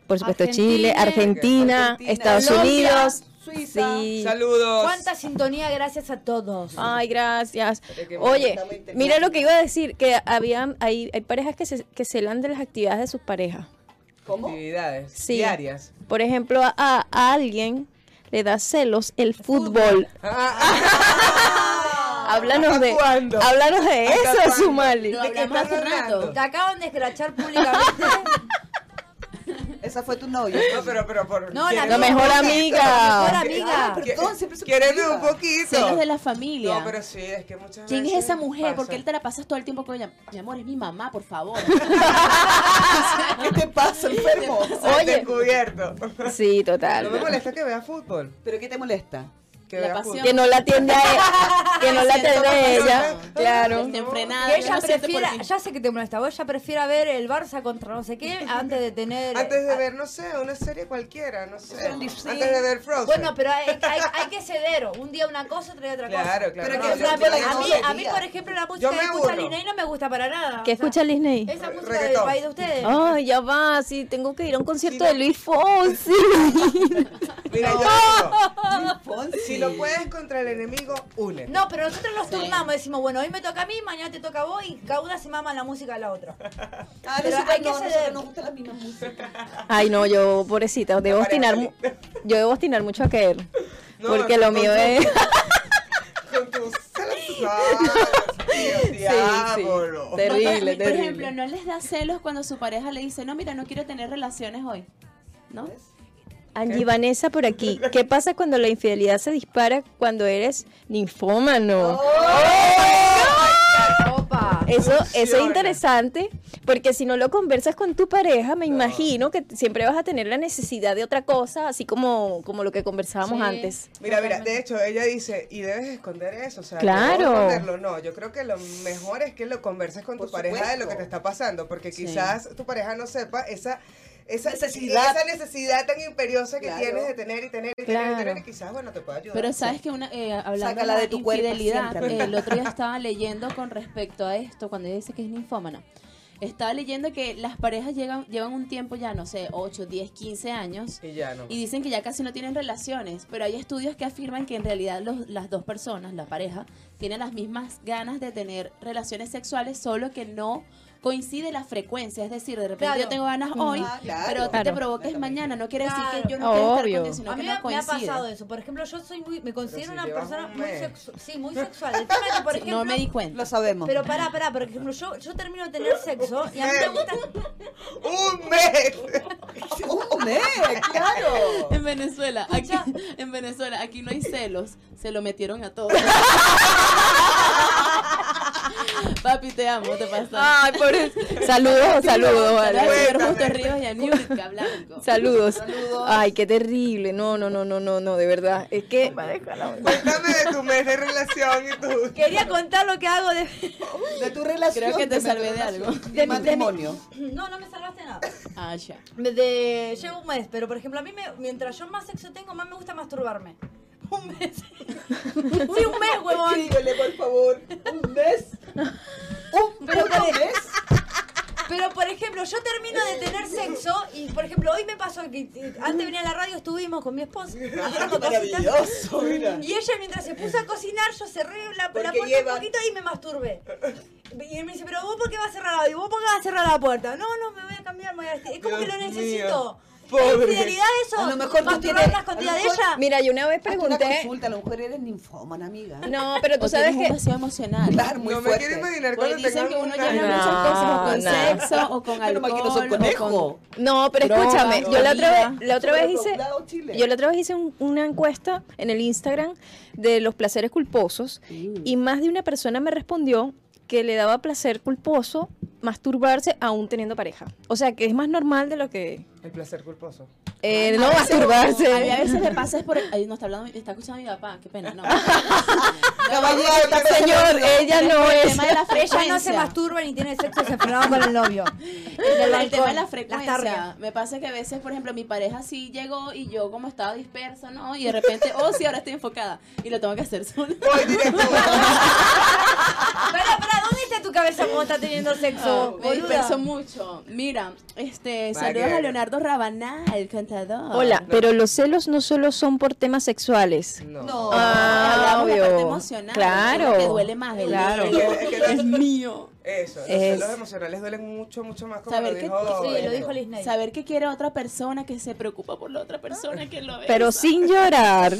Speaker 1: por supuesto Chile,
Speaker 2: Argentina,
Speaker 1: Argentina,
Speaker 5: Argentina,
Speaker 1: Estados
Speaker 3: Colombia,
Speaker 1: Unidos.
Speaker 5: Suiza.
Speaker 1: Sí.
Speaker 2: Saludos.
Speaker 3: Cuánta sintonía, gracias a todos.
Speaker 1: Ay, gracias.
Speaker 2: Es que
Speaker 1: Oye,
Speaker 5: está muy interesante.
Speaker 1: mira lo que iba a decir, que habían, hay, hay parejas que se que celan de las actividades de sus parejas.
Speaker 5: ¿Cómo?
Speaker 2: Actividades
Speaker 1: Sí.
Speaker 2: diarias.
Speaker 1: Por ejemplo, a, a- a alguien le da celos el fútbol. Háblanos de,
Speaker 2: Ah. ¿Hasta cuándo?
Speaker 1: háblanos de
Speaker 2: ¿Hasta
Speaker 1: eso,
Speaker 2: cuándo?
Speaker 1: Sumali.
Speaker 4: Lo
Speaker 2: ¿De qué
Speaker 4: hablamos hace
Speaker 2: estás hablando?
Speaker 4: rato.
Speaker 3: Te acaban de escrachar
Speaker 1: *laughs*
Speaker 3: públicamente.
Speaker 5: Esa fue tu novia.
Speaker 2: No, pero, pero por.
Speaker 3: No, la
Speaker 1: La
Speaker 2: quiéreme-
Speaker 1: mejor
Speaker 3: Mejor
Speaker 1: amiga.
Speaker 5: Ah,
Speaker 3: amiga.
Speaker 5: perdón, siempre se me
Speaker 2: Quiéreme
Speaker 5: olvida.
Speaker 2: un poquito.
Speaker 4: Celos de la familia.
Speaker 2: No, pero sí, es que muchas
Speaker 4: ¿Quién es
Speaker 2: veces
Speaker 4: esa mujer?
Speaker 2: pasa.
Speaker 4: Porque él te la pasas todo el tiempo con ella. Mi amor, es mi mamá, por favor.
Speaker 5: *laughs* ¿Qué te pasa, enfermo?
Speaker 2: Al
Speaker 1: Oye.
Speaker 2: descubierto.
Speaker 1: Sí,
Speaker 2: No me
Speaker 1: total.
Speaker 2: molesta que vea fútbol.
Speaker 5: ¿Pero qué te molesta?
Speaker 2: Que
Speaker 4: La
Speaker 2: vea
Speaker 4: pasión.
Speaker 2: fútbol.
Speaker 1: Que no la atiende a él, que no
Speaker 2: *laughs*
Speaker 1: la atiende a ella, *laughs* claro.
Speaker 4: Está enfrenada.
Speaker 1: Ah,
Speaker 3: Que
Speaker 4: yo no
Speaker 3: ella
Speaker 4: siento por
Speaker 3: prefiera,
Speaker 4: ti.
Speaker 3: ya sé que te molesta, vos ya prefiera ver el Barça contra no sé qué antes de tener.
Speaker 2: Antes de ver, no sé, una serie cualquiera, no sé.
Speaker 5: Sí.
Speaker 2: Antes de ver *laughs* Frozen.
Speaker 3: Bueno, pero hay, hay- hay que ceder. Un día una cosa, otro día otra
Speaker 2: Claro,
Speaker 3: cosa.
Speaker 2: claro.
Speaker 5: Pero
Speaker 3: Pero
Speaker 5: que
Speaker 2: No,
Speaker 5: el
Speaker 2: yo-
Speaker 5: fútbol hay
Speaker 3: a, mí,
Speaker 5: todos los
Speaker 3: a mí,
Speaker 5: días.
Speaker 3: por ejemplo, la música
Speaker 2: me
Speaker 3: que escucha
Speaker 2: aburro.
Speaker 3: Linei no me gusta para nada.
Speaker 1: ¿Qué
Speaker 3: O sea,
Speaker 1: escucha Lisney?
Speaker 3: Esa
Speaker 2: Re-
Speaker 3: música del
Speaker 2: reggaetón.
Speaker 3: país de ustedes.
Speaker 1: Ay, ya va, sí, tengo que ir a un concierto de Luis Fonsi.
Speaker 2: Mira, yo digo,
Speaker 5: Fonsi.
Speaker 2: si lo puedes contra el enemigo, une.
Speaker 3: No, pero nosotros nos turnamos, decimos, bueno, hoy me toca a mí, mañana te toca a vos y cada una se mama la música a la otra.
Speaker 5: Ah,
Speaker 3: Pero
Speaker 5: nosotros
Speaker 3: hay que
Speaker 5: no, nosotros
Speaker 3: ceder.
Speaker 5: nos gusta la misma música.
Speaker 1: Ay, no, yo, pobrecita, debo
Speaker 2: La pareja
Speaker 1: ostinar, mu- yo debo ostinar mucho a aquel.
Speaker 2: No,
Speaker 1: porque lo
Speaker 2: con
Speaker 1: mío
Speaker 2: tu- *laughs*
Speaker 1: es.
Speaker 2: Con tus celos.
Speaker 1: Sí, sí, Terrible,
Speaker 4: Por ejemplo,
Speaker 1: terrible.
Speaker 4: ¿no les da celos cuando su pareja le dice, no, mira, no quiero tener relaciones hoy? ¿No?
Speaker 1: Angie Vanessa por aquí. ¿Qué pasa cuando la infidelidad se dispara cuando eres ninfómano?
Speaker 5: Ah,
Speaker 2: Oh,
Speaker 3: Opa.
Speaker 1: Eso, eso es
Speaker 2: Funciona.
Speaker 1: interesante, porque si no lo conversas con tu pareja, me imagino que t- siempre vas a tener la necesidad de otra cosa, así como, como lo que conversábamos antes.
Speaker 2: Mira, mira, de hecho, ella dice, y debes esconder eso, o sea,
Speaker 1: Claro.
Speaker 2: no esconderlo, no, yo creo que lo mejor es que lo converses con
Speaker 5: Por
Speaker 2: tu pareja de lo
Speaker 5: supuesto.
Speaker 2: que te está pasando, porque
Speaker 4: Sí.
Speaker 2: quizás tu pareja no sepa esa, esa
Speaker 5: Necesidad.
Speaker 2: esa necesidad tan imperiosa que
Speaker 5: Claro.
Speaker 2: tienes de tener y tener y
Speaker 1: Claro.
Speaker 2: tener y tener, y quizás, bueno, te puede ayudar.
Speaker 4: Pero sabes que una, eh, hablando
Speaker 5: Sácala
Speaker 4: de,
Speaker 5: de tu cuerpo
Speaker 4: infidelidad,
Speaker 5: siempre, *laughs* amiga.
Speaker 4: eh, el otro día estaba leyendo con respecto a esto, cuando ella dice que es ninfómana. Estaba leyendo que las parejas llegan, llevan un tiempo ya, no sé, 8, 10, 15 años.
Speaker 2: Y ya no.
Speaker 4: Y dicen que ya casi no tienen relaciones, pero hay estudios que afirman que en realidad los- las dos personas, la pareja, tienen las mismas ganas de tener relaciones sexuales, solo que no coincide la frecuencia. Es decir, de repente
Speaker 3: Claro.
Speaker 4: yo tengo ganas hoy,
Speaker 5: Ah, claro.
Speaker 4: pero te,
Speaker 1: Claro.
Speaker 4: provoques mañana. No quiere decir
Speaker 3: Claro.
Speaker 4: que yo no quiero estar
Speaker 1: Obvio.
Speaker 4: contigo, sino
Speaker 3: a
Speaker 4: que
Speaker 3: mí
Speaker 4: no
Speaker 3: me, me ha
Speaker 4: coincide.
Speaker 3: pasado eso. Por ejemplo, yo soy muy, me considero
Speaker 2: si
Speaker 3: una
Speaker 2: llevas
Speaker 3: persona
Speaker 2: un
Speaker 3: muy
Speaker 2: mes.
Speaker 3: sexual. Sí, muy sexual. El tema es que, por ejemplo,
Speaker 4: *laughs* no me di cuenta.
Speaker 5: Lo sabemos.
Speaker 3: Pero pará, pará, por ejemplo, yo, yo termino de tener sexo y a mí me gusta.
Speaker 2: ¡Un mes!
Speaker 5: ¡Oh, me!
Speaker 2: ¡Claro!
Speaker 4: En Venezuela, aquí, en Venezuela, aquí no hay celos, se lo metieron a *laughs* todos. Papi, te amo, te pasaste.
Speaker 1: Ay, *laughs* pobre. Saludos, saludos,
Speaker 4: Ah, Saludos al
Speaker 1: vale.
Speaker 4: señor
Speaker 2: Cuéntame.
Speaker 4: Justo Rivas y a Niurka Blanco.
Speaker 1: Saludos. Ay, qué terrible. No, no, no, no, no, no, de verdad. Es que.
Speaker 2: Cuéntame de tu mes de relación y tú.
Speaker 3: Quería contar lo que hago de. *coughs*
Speaker 5: De tu relación.
Speaker 4: Creo que te
Speaker 5: de
Speaker 4: salvé de
Speaker 5: relación,
Speaker 4: algo.
Speaker 5: De, matrimonio.
Speaker 3: No, no me salvaste nada.
Speaker 4: Ah, ya.
Speaker 3: Me- De... Llevo un mes, pero por ejemplo, a mí me- mientras yo más sexo tengo, más me gusta masturbarme. *laughs* Un mes. sí, un mes, huevón.
Speaker 5: Escríbele, por favor. Un mes. Un
Speaker 3: Pero
Speaker 5: puto
Speaker 3: pare-
Speaker 5: mes.
Speaker 3: Pero por ejemplo, yo termino de tener sexo y por ejemplo, hoy me pasó que eh, antes de venir a la radio estuvimos con mi
Speaker 2: *laughs*
Speaker 3: esposa. haciendo cositas.
Speaker 5: Maravilloso, mira.
Speaker 3: Y ella mientras se puso a cocinar, yo cerré la, la
Speaker 5: Porque
Speaker 3: puerta
Speaker 5: lleva-
Speaker 3: un poquito y me masturbé. Y él me dice, pero vos por qué vas a cerrar la, y vos por qué vas a cerrar la puerta. No, no, me voy a cambiar, me voy a vestir. Es como
Speaker 2: Dios
Speaker 3: que lo
Speaker 2: mío.
Speaker 3: necesito.
Speaker 2: Pobre.
Speaker 3: En fidelidad eso,
Speaker 5: A lo mejor tú
Speaker 3: masturbar
Speaker 5: tienes-
Speaker 3: las costillas
Speaker 5: a lo
Speaker 3: de
Speaker 5: mejor-
Speaker 3: ella.
Speaker 1: Mira, yo una vez
Speaker 5: Hazte una
Speaker 1: pregunté.
Speaker 5: consulta, a lo mejor eres ninfómana, amiga.
Speaker 1: No, pero tú
Speaker 4: O
Speaker 1: sabes
Speaker 4: tienes
Speaker 1: que.
Speaker 4: un vacío emocional.
Speaker 5: Claro, muy
Speaker 2: no me
Speaker 5: fuerte.
Speaker 2: quiero imaginar
Speaker 4: Porque
Speaker 2: cuando
Speaker 4: Pues
Speaker 2: tengas
Speaker 4: dicen que uno
Speaker 2: un año.
Speaker 4: llena muchas
Speaker 1: No,
Speaker 4: cosas o con
Speaker 1: no.
Speaker 4: sexo o con
Speaker 5: Menos mal que no
Speaker 4: alcohol.
Speaker 5: son
Speaker 4: o
Speaker 5: conejos.
Speaker 4: con...
Speaker 1: No, pero
Speaker 4: Droga,
Speaker 1: escúchame, yo la otra
Speaker 4: comida.
Speaker 1: vez, la otra vez hice,
Speaker 5: Sobrepoblado Chile.
Speaker 1: yo la otra vez hice un- una encuesta en el Instagram de los placeres culposos
Speaker 4: Mm.
Speaker 1: y más de una persona me respondió que le daba placer culposo masturbarse aún teniendo pareja. O sea, que es más normal de lo que
Speaker 2: El placer culposo.
Speaker 1: eh, no masturbarse.
Speaker 4: A mí a Ah, veces me pasa es por... Ay, no, está hablando, está escuchando mi papá, qué pena, no.
Speaker 5: Caballero,
Speaker 1: Señor, ella no
Speaker 4: El
Speaker 1: es.
Speaker 4: tema *laughs* de la
Speaker 3: Ella no se
Speaker 4: frecuencia.
Speaker 3: masturba ni tiene sexo, se frenaba con el novio.
Speaker 1: *laughs*
Speaker 3: del
Speaker 4: El, tema de
Speaker 3: balcón,
Speaker 4: la
Speaker 3: las
Speaker 4: frecuencia.
Speaker 3: tarrias.
Speaker 4: Me pasa que a veces, por ejemplo, mi pareja sí llegó y yo como estaba dispersa, ¿no? Y de repente, oh, sí, ahora estoy enfocada. Y lo tengo que hacer
Speaker 1: *laughs*
Speaker 4: sola.
Speaker 2: Voy directo.
Speaker 3: Pará, pará, ¿dónde está tu cabeza cuando está teniendo sexo?
Speaker 4: Me
Speaker 3: boluda?
Speaker 4: disperso mucho. Mira, este,
Speaker 2: Va,
Speaker 4: saludos
Speaker 2: que-
Speaker 4: a Leonardo Rabaná, el cantador.
Speaker 1: Hola, pero los celos no solo son por temas sexuales.
Speaker 2: No.
Speaker 5: No.
Speaker 1: Ah,
Speaker 4: Hablamos de la parte
Speaker 1: obvio.
Speaker 4: emocional,
Speaker 1: Claro.
Speaker 4: es lo que duele más, el
Speaker 1: Claro.
Speaker 2: Es que- es que los-
Speaker 4: Es mío.
Speaker 2: Eso, los
Speaker 1: Es-
Speaker 2: celos emocionales duelen mucho, mucho más como
Speaker 4: Saber
Speaker 2: lo
Speaker 4: que-
Speaker 2: dijo.
Speaker 4: sí,
Speaker 3: Sí, lo
Speaker 2: Héctor.
Speaker 3: dijo Lisney.
Speaker 4: Saber que quiere a otra persona, que se preocupa por la otra persona, que lo ve.
Speaker 1: Pero sin
Speaker 4: *laughs*
Speaker 1: llorar.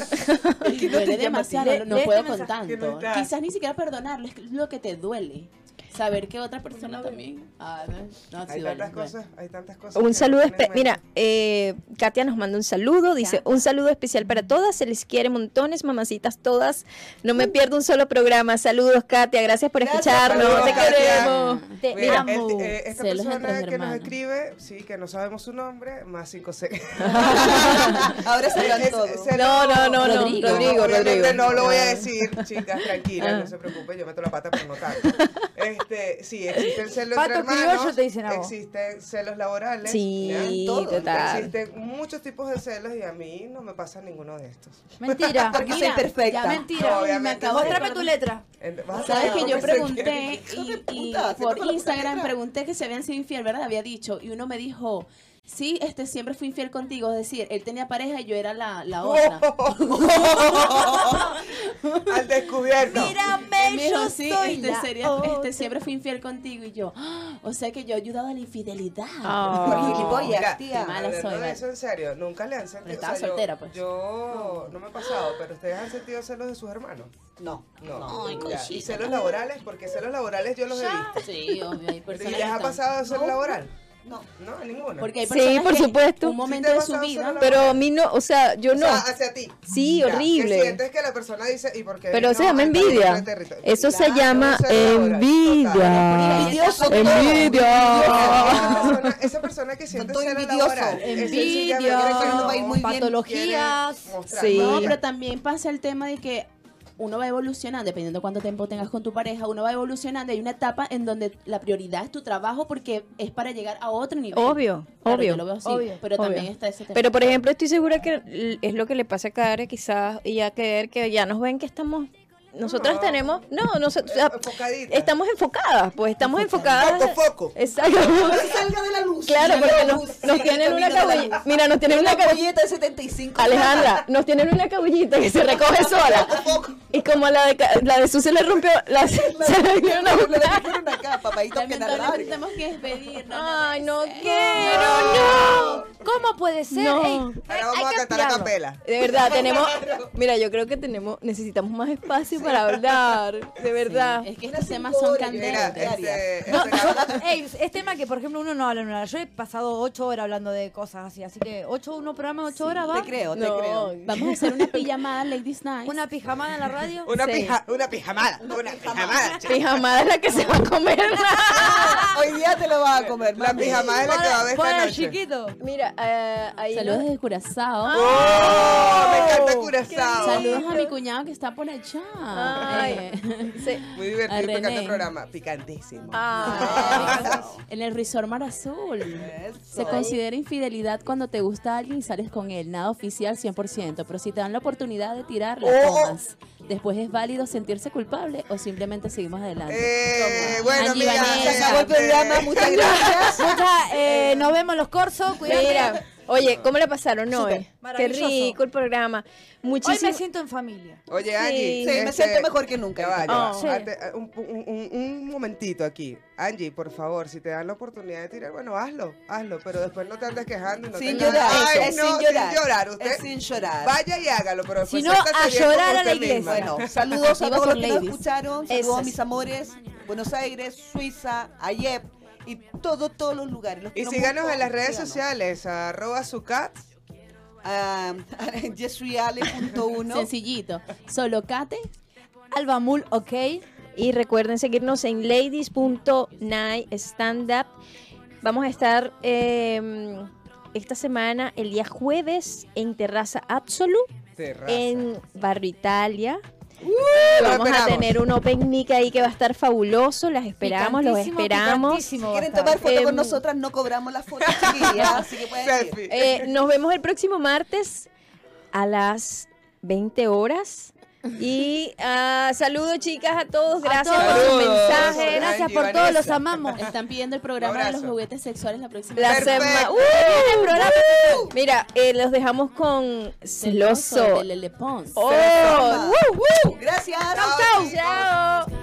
Speaker 4: duele demasiado,
Speaker 3: Lee-
Speaker 4: no, no
Speaker 3: lee este
Speaker 4: puedo con
Speaker 3: mensaje.
Speaker 2: Que no
Speaker 4: tanto.
Speaker 2: está.
Speaker 4: Quizás ni siquiera perdonarlo, es lo que te duele. Saber que otra persona también. Ah, no, no, sí
Speaker 2: Hay
Speaker 4: duele,
Speaker 2: tantas
Speaker 4: duele.
Speaker 2: cosas, hay tantas cosas.
Speaker 1: Un
Speaker 2: que
Speaker 1: saludo,
Speaker 2: no tienen
Speaker 1: espe- mira, eh, Katia nos manda un saludo, dice, un saludo especial para todas, se les quiere montones, mamacitas todas, no me pierdo un solo programa, saludos Katia, gracias por
Speaker 5: Gracias,
Speaker 1: escucharnos,
Speaker 2: saludos,
Speaker 1: te
Speaker 2: Katia.
Speaker 1: queremos.
Speaker 3: Te
Speaker 2: Mira,
Speaker 3: amo.
Speaker 2: el- eh, esta
Speaker 4: Celos entre
Speaker 2: persona que nos
Speaker 4: hermanos.
Speaker 2: escribe, sí, que no sabemos su nombre, más 5 C.
Speaker 5: *laughs* Ahora se
Speaker 2: Es-
Speaker 5: dan todo.
Speaker 2: es- es-
Speaker 1: No, no, no, no,
Speaker 4: Rodrigo.
Speaker 1: Rodrigo,
Speaker 2: obviamente
Speaker 1: Rodrigo. Ah.
Speaker 2: no lo voy a decir, chicas, tranquilas, no se preocupen, yo meto la pata por no tanto. Este, sí, existen celos
Speaker 3: Pato
Speaker 2: entre hermanos,
Speaker 3: criollo te dicen a vos.
Speaker 2: existen celos laborales,
Speaker 1: Sí,
Speaker 5: Ya, todo.
Speaker 2: ¿ya?
Speaker 1: total.
Speaker 2: existen muchos tipos de celos y a mí no me pasa ninguno de estos.
Speaker 3: Mentira.
Speaker 5: Porque soy
Speaker 4: Mira,
Speaker 5: perfecta.
Speaker 4: ya mentira.
Speaker 2: No,
Speaker 4: Ay, me
Speaker 2: obviamente
Speaker 4: acabo de
Speaker 3: Mostrame tu
Speaker 4: acordar.
Speaker 3: letra.
Speaker 2: Ent- vas a
Speaker 4: Sabes
Speaker 2: saber
Speaker 4: que
Speaker 2: cómo
Speaker 4: yo
Speaker 2: se quiere.
Speaker 4: pregunté
Speaker 5: Hijo de
Speaker 4: y, y
Speaker 5: puta, ¿sí
Speaker 4: por
Speaker 5: toca la
Speaker 4: Instagram
Speaker 5: letra?
Speaker 4: pregunté que se habían sido infiel, ¿verdad? Había dicho. Y uno me dijo, sí, este siempre fui infiel contigo. Es decir, él tenía pareja y yo era la, la otra.
Speaker 2: *laughs* Al descubierto.
Speaker 4: Él
Speaker 3: Mírame,
Speaker 4: me
Speaker 3: yo
Speaker 4: dijo, sí,
Speaker 3: soy
Speaker 4: este,
Speaker 3: la
Speaker 4: sería- este
Speaker 3: otra".
Speaker 4: siempre fui infiel contigo. Y yo, "Ah, o sea que yo he ayudado a la infidelidad.
Speaker 5: Porque
Speaker 4: *laughs*
Speaker 1: Ah.
Speaker 5: gilipollas,
Speaker 2: Mira,
Speaker 5: tía.
Speaker 4: qué mala
Speaker 2: Hablando
Speaker 4: soy,
Speaker 2: de
Speaker 4: vale.
Speaker 2: eso en serio, nunca le han sentido.
Speaker 4: Pero estaba
Speaker 2: yo-
Speaker 4: soltera, pues.
Speaker 2: Yo no me ha pasado, pero ustedes han sentido celos de sus hermanos.
Speaker 5: No.
Speaker 2: No. Ya, y celos laborales, porque celos laborales yo los he visto.
Speaker 4: Sí, obvio,
Speaker 2: *laughs*
Speaker 4: hay
Speaker 2: ¿Y
Speaker 4: personas
Speaker 2: les
Speaker 4: que
Speaker 2: ha
Speaker 4: están-
Speaker 2: pasado celo laboral?
Speaker 5: No.
Speaker 2: No, ninguno.
Speaker 4: Porque hay
Speaker 1: Sí,
Speaker 4: personas
Speaker 1: por
Speaker 4: que
Speaker 1: supuesto.
Speaker 4: un momento
Speaker 2: Sí te
Speaker 4: de
Speaker 2: ha
Speaker 4: su
Speaker 2: pasado
Speaker 4: vida...
Speaker 2: solo
Speaker 1: Pero a mí no, o sea, yo
Speaker 2: O
Speaker 1: no.
Speaker 2: sea, eh, hacia ti.
Speaker 1: Sí,
Speaker 2: Ya,
Speaker 1: horrible.
Speaker 2: Que sientes que la persona dice, ¿y por qué?
Speaker 1: Pero eso se
Speaker 2: no,
Speaker 1: llama
Speaker 2: anda por
Speaker 1: envidia.
Speaker 2: otro territorio?
Speaker 1: Eso se
Speaker 2: Claro,
Speaker 1: llama
Speaker 2: celo laboral,
Speaker 1: envidia.
Speaker 5: Envidioso todo.
Speaker 1: Envidia.
Speaker 2: Esa persona, esa persona que siente
Speaker 5: Estoy
Speaker 2: celo
Speaker 5: envidioso.
Speaker 2: laboral. es sencillamente
Speaker 3: Envidio.
Speaker 2: cree que
Speaker 5: No va a ir muy bien.
Speaker 2: quiere
Speaker 3: Patologías.
Speaker 2: mostrar,
Speaker 1: Sí.
Speaker 2: ¿no?
Speaker 4: No,
Speaker 2: Ya.
Speaker 4: pero también pasa el tema de que uno va evolucionando, dependiendo cuánto tiempo tengas con tu pareja, uno va evolucionando. Hay una etapa en donde la prioridad es tu trabajo porque es para llegar a otro nivel.
Speaker 1: Obvio,
Speaker 4: Claro,
Speaker 1: obvio.
Speaker 4: yo lo veo así,
Speaker 3: obvio,
Speaker 4: pero también
Speaker 1: obvio.
Speaker 4: está ese tema.
Speaker 1: Pero por ejemplo, estoy segura que l- es lo que le pasa a Care quizás y a creer que ya nos ven que estamos nosotras
Speaker 2: No.
Speaker 1: tenemos, no, nosotros
Speaker 2: Eh, enfocaditas.
Speaker 1: estamos enfocadas, pues estamos enfocadas.
Speaker 2: Foco, foco.
Speaker 1: Exacto.
Speaker 5: No se salga de la luz.
Speaker 1: Claro,
Speaker 5: Ya
Speaker 1: porque
Speaker 5: la
Speaker 1: nos,
Speaker 5: luz
Speaker 1: nos
Speaker 5: sigue
Speaker 1: tienen
Speaker 5: camino
Speaker 1: una
Speaker 5: de la
Speaker 1: cabullita.
Speaker 5: luz.
Speaker 1: Mira, nos tienen una
Speaker 5: Una
Speaker 1: cabullita.
Speaker 5: cabullita de 75. *laughs*
Speaker 1: Alejandra, nos tienen una cabullita que se recoge sola. Y como la de, ca- la de Su se le rompió, la, se le dio una
Speaker 5: Le
Speaker 1: botada.
Speaker 5: dijeron acá, papadito
Speaker 4: Lamentablemente
Speaker 5: penalario.
Speaker 4: tenemos que despedirnos.
Speaker 1: Ay, no
Speaker 3: No.
Speaker 1: quiero, no.
Speaker 3: ¿Cómo puede ser?
Speaker 1: No.
Speaker 3: Ey, hay-
Speaker 2: Ahora
Speaker 3: hay
Speaker 2: vamos a
Speaker 3: que
Speaker 2: cantar a
Speaker 3: ampliarlo.
Speaker 2: capela.
Speaker 1: De verdad, tenemos. Mira, yo creo que tenemos, necesitamos más espacio para hablar. De verdad.
Speaker 4: Sí, eh, es que
Speaker 5: Una
Speaker 4: estos temas
Speaker 5: cinco
Speaker 4: son
Speaker 5: horas,
Speaker 2: Mira,
Speaker 5: Diaria.
Speaker 4: candentes.
Speaker 2: este, este
Speaker 3: No, *laughs*
Speaker 2: cabrón-
Speaker 3: yo- ey, es tema que, por ejemplo, uno no habla en una hora. Yo he pasado ocho horas hablando de cosas así, así que ocho, uno programa, de ocho horas, va.
Speaker 5: Te creo, te
Speaker 1: No.
Speaker 5: creo.
Speaker 4: Vamos a hacer una pijamada Ladies Night.
Speaker 3: Una pijamada en la
Speaker 2: *laughs*
Speaker 3: radio.
Speaker 2: Una,
Speaker 1: Sí.
Speaker 2: pija- una pijamada. Una pijamada. che.
Speaker 1: Pijamada es la que se va a comer.
Speaker 5: Hoy día te lo vas a comer,
Speaker 2: La
Speaker 5: mami.
Speaker 2: pijamada es la que va a ver
Speaker 3: Pon
Speaker 2: esta
Speaker 3: el
Speaker 2: noche.
Speaker 3: chiquito.
Speaker 1: Mira, eh, ahí.
Speaker 4: Saludos
Speaker 1: nos-
Speaker 4: desde Curazao.
Speaker 2: ¡Oh! Me encanta
Speaker 1: Qué
Speaker 2: Curazao.
Speaker 1: lindo.
Speaker 4: Saludos a mi cuñado que está por allá.
Speaker 1: Ay.
Speaker 4: Eh,
Speaker 1: se-
Speaker 2: Muy
Speaker 4: A
Speaker 2: divertido,
Speaker 4: René.
Speaker 2: picante el programa. Picantísimo.
Speaker 1: Ah.
Speaker 4: *laughs* en el Resort Mar Azul. Se
Speaker 5: Eso.
Speaker 4: considera infidelidad cuando te gusta alguien y sales con él. Nada oficial 100%. Pero si te dan la oportunidad de tirarla,
Speaker 2: Oh.
Speaker 4: tomas. Después es válido sentirse culpable o simplemente seguimos adelante.
Speaker 2: Eh, bueno,
Speaker 4: Angie
Speaker 2: amiga,
Speaker 4: Vanessa.
Speaker 5: Se acabó el programa, muchas gracias.
Speaker 3: Mucha, eh, nos vemos los corsos, cuídate.
Speaker 1: Mira, oye, ¿cómo le pasaron hoy? Qué
Speaker 3: maravilloso.
Speaker 1: rico el programa.
Speaker 3: Hoy
Speaker 1: Muchísimo.
Speaker 3: me siento en familia.
Speaker 2: Oye,
Speaker 1: Sí.
Speaker 2: Angie.
Speaker 5: Sí, me
Speaker 2: este,
Speaker 5: siento mejor que nunca.
Speaker 2: ya va, ya va.
Speaker 1: Oh. Sí.
Speaker 2: Antes, eh, un, un- un- un momentito aquí. Angie, por favor, si te dan la oportunidad de tirar, bueno, hazlo, hazlo, pero después no te andes quejando. y No
Speaker 5: Sin
Speaker 2: te andes-
Speaker 5: llorar,
Speaker 2: Ay,
Speaker 5: eso, es
Speaker 2: no,
Speaker 5: sin llorar.
Speaker 2: Usted
Speaker 5: Es sin llorar.
Speaker 2: vaya y hágalo, pero después
Speaker 3: Si no,
Speaker 2: siéntase
Speaker 3: a
Speaker 2: bien con
Speaker 3: llorar a la
Speaker 2: usted misma.
Speaker 3: iglesia.
Speaker 5: Bueno, saludos a
Speaker 4: Iba
Speaker 5: todos los
Speaker 4: con
Speaker 5: que nos
Speaker 4: ladies.
Speaker 5: escucharon. Saludos a
Speaker 1: Esas.
Speaker 5: mis amores. Buenos Aires, Suiza, Ayep y todo, todos los lugares. Los
Speaker 2: Y
Speaker 5: quiero
Speaker 2: síganos
Speaker 5: mucho,
Speaker 2: en las redes
Speaker 5: síganos.
Speaker 2: sociales, arroba sucat.
Speaker 5: Ah, *laughs* en
Speaker 4: *laughs*
Speaker 5: yesuiale.1.
Speaker 4: Sencillito. Solocate.
Speaker 3: Alba Mul, ok.
Speaker 1: Y recuerden seguirnos en ladies.nightstandup. Vamos a estar eh, esta semana, el día jueves, en Terraza Absolu,
Speaker 2: Terraza.
Speaker 1: en Barrio Italia.
Speaker 2: Los
Speaker 1: Vamos a
Speaker 2: esperamos.
Speaker 1: tener un open mic ahí que va a estar fabuloso. Las esperamos, los
Speaker 3: Picantísimo,
Speaker 1: esperamos.
Speaker 3: picantísimo va a
Speaker 5: Quieren
Speaker 3: estar.
Speaker 5: tomar fotos
Speaker 1: Em,
Speaker 5: con nosotras, no cobramos las fotos, chiquillas. Así que pueden ir.
Speaker 2: Selfie.
Speaker 1: Eh, nos vemos el próximo martes a las 20 horas. Y ah, saludos, chicas, a todos. Gracias
Speaker 3: todos.
Speaker 1: por sus
Speaker 2: Saludos.
Speaker 1: mensajes.
Speaker 3: Gracias
Speaker 2: Angie,
Speaker 3: por
Speaker 2: Vanessa.
Speaker 3: todos, los amamos.
Speaker 4: Están pidiendo el programa de los
Speaker 2: Abrazo.
Speaker 4: juguetes sexuales la próxima
Speaker 1: La
Speaker 2: Perfecto.
Speaker 1: semana. ¡Uh! Mira, eh, los dejamos con
Speaker 4: Celoso
Speaker 1: Celoso.
Speaker 4: de Lele Pons.
Speaker 1: ¡Oh!
Speaker 5: Celoso.
Speaker 1: ¡Woo, woo!
Speaker 5: Gracias.
Speaker 1: ¡Chao!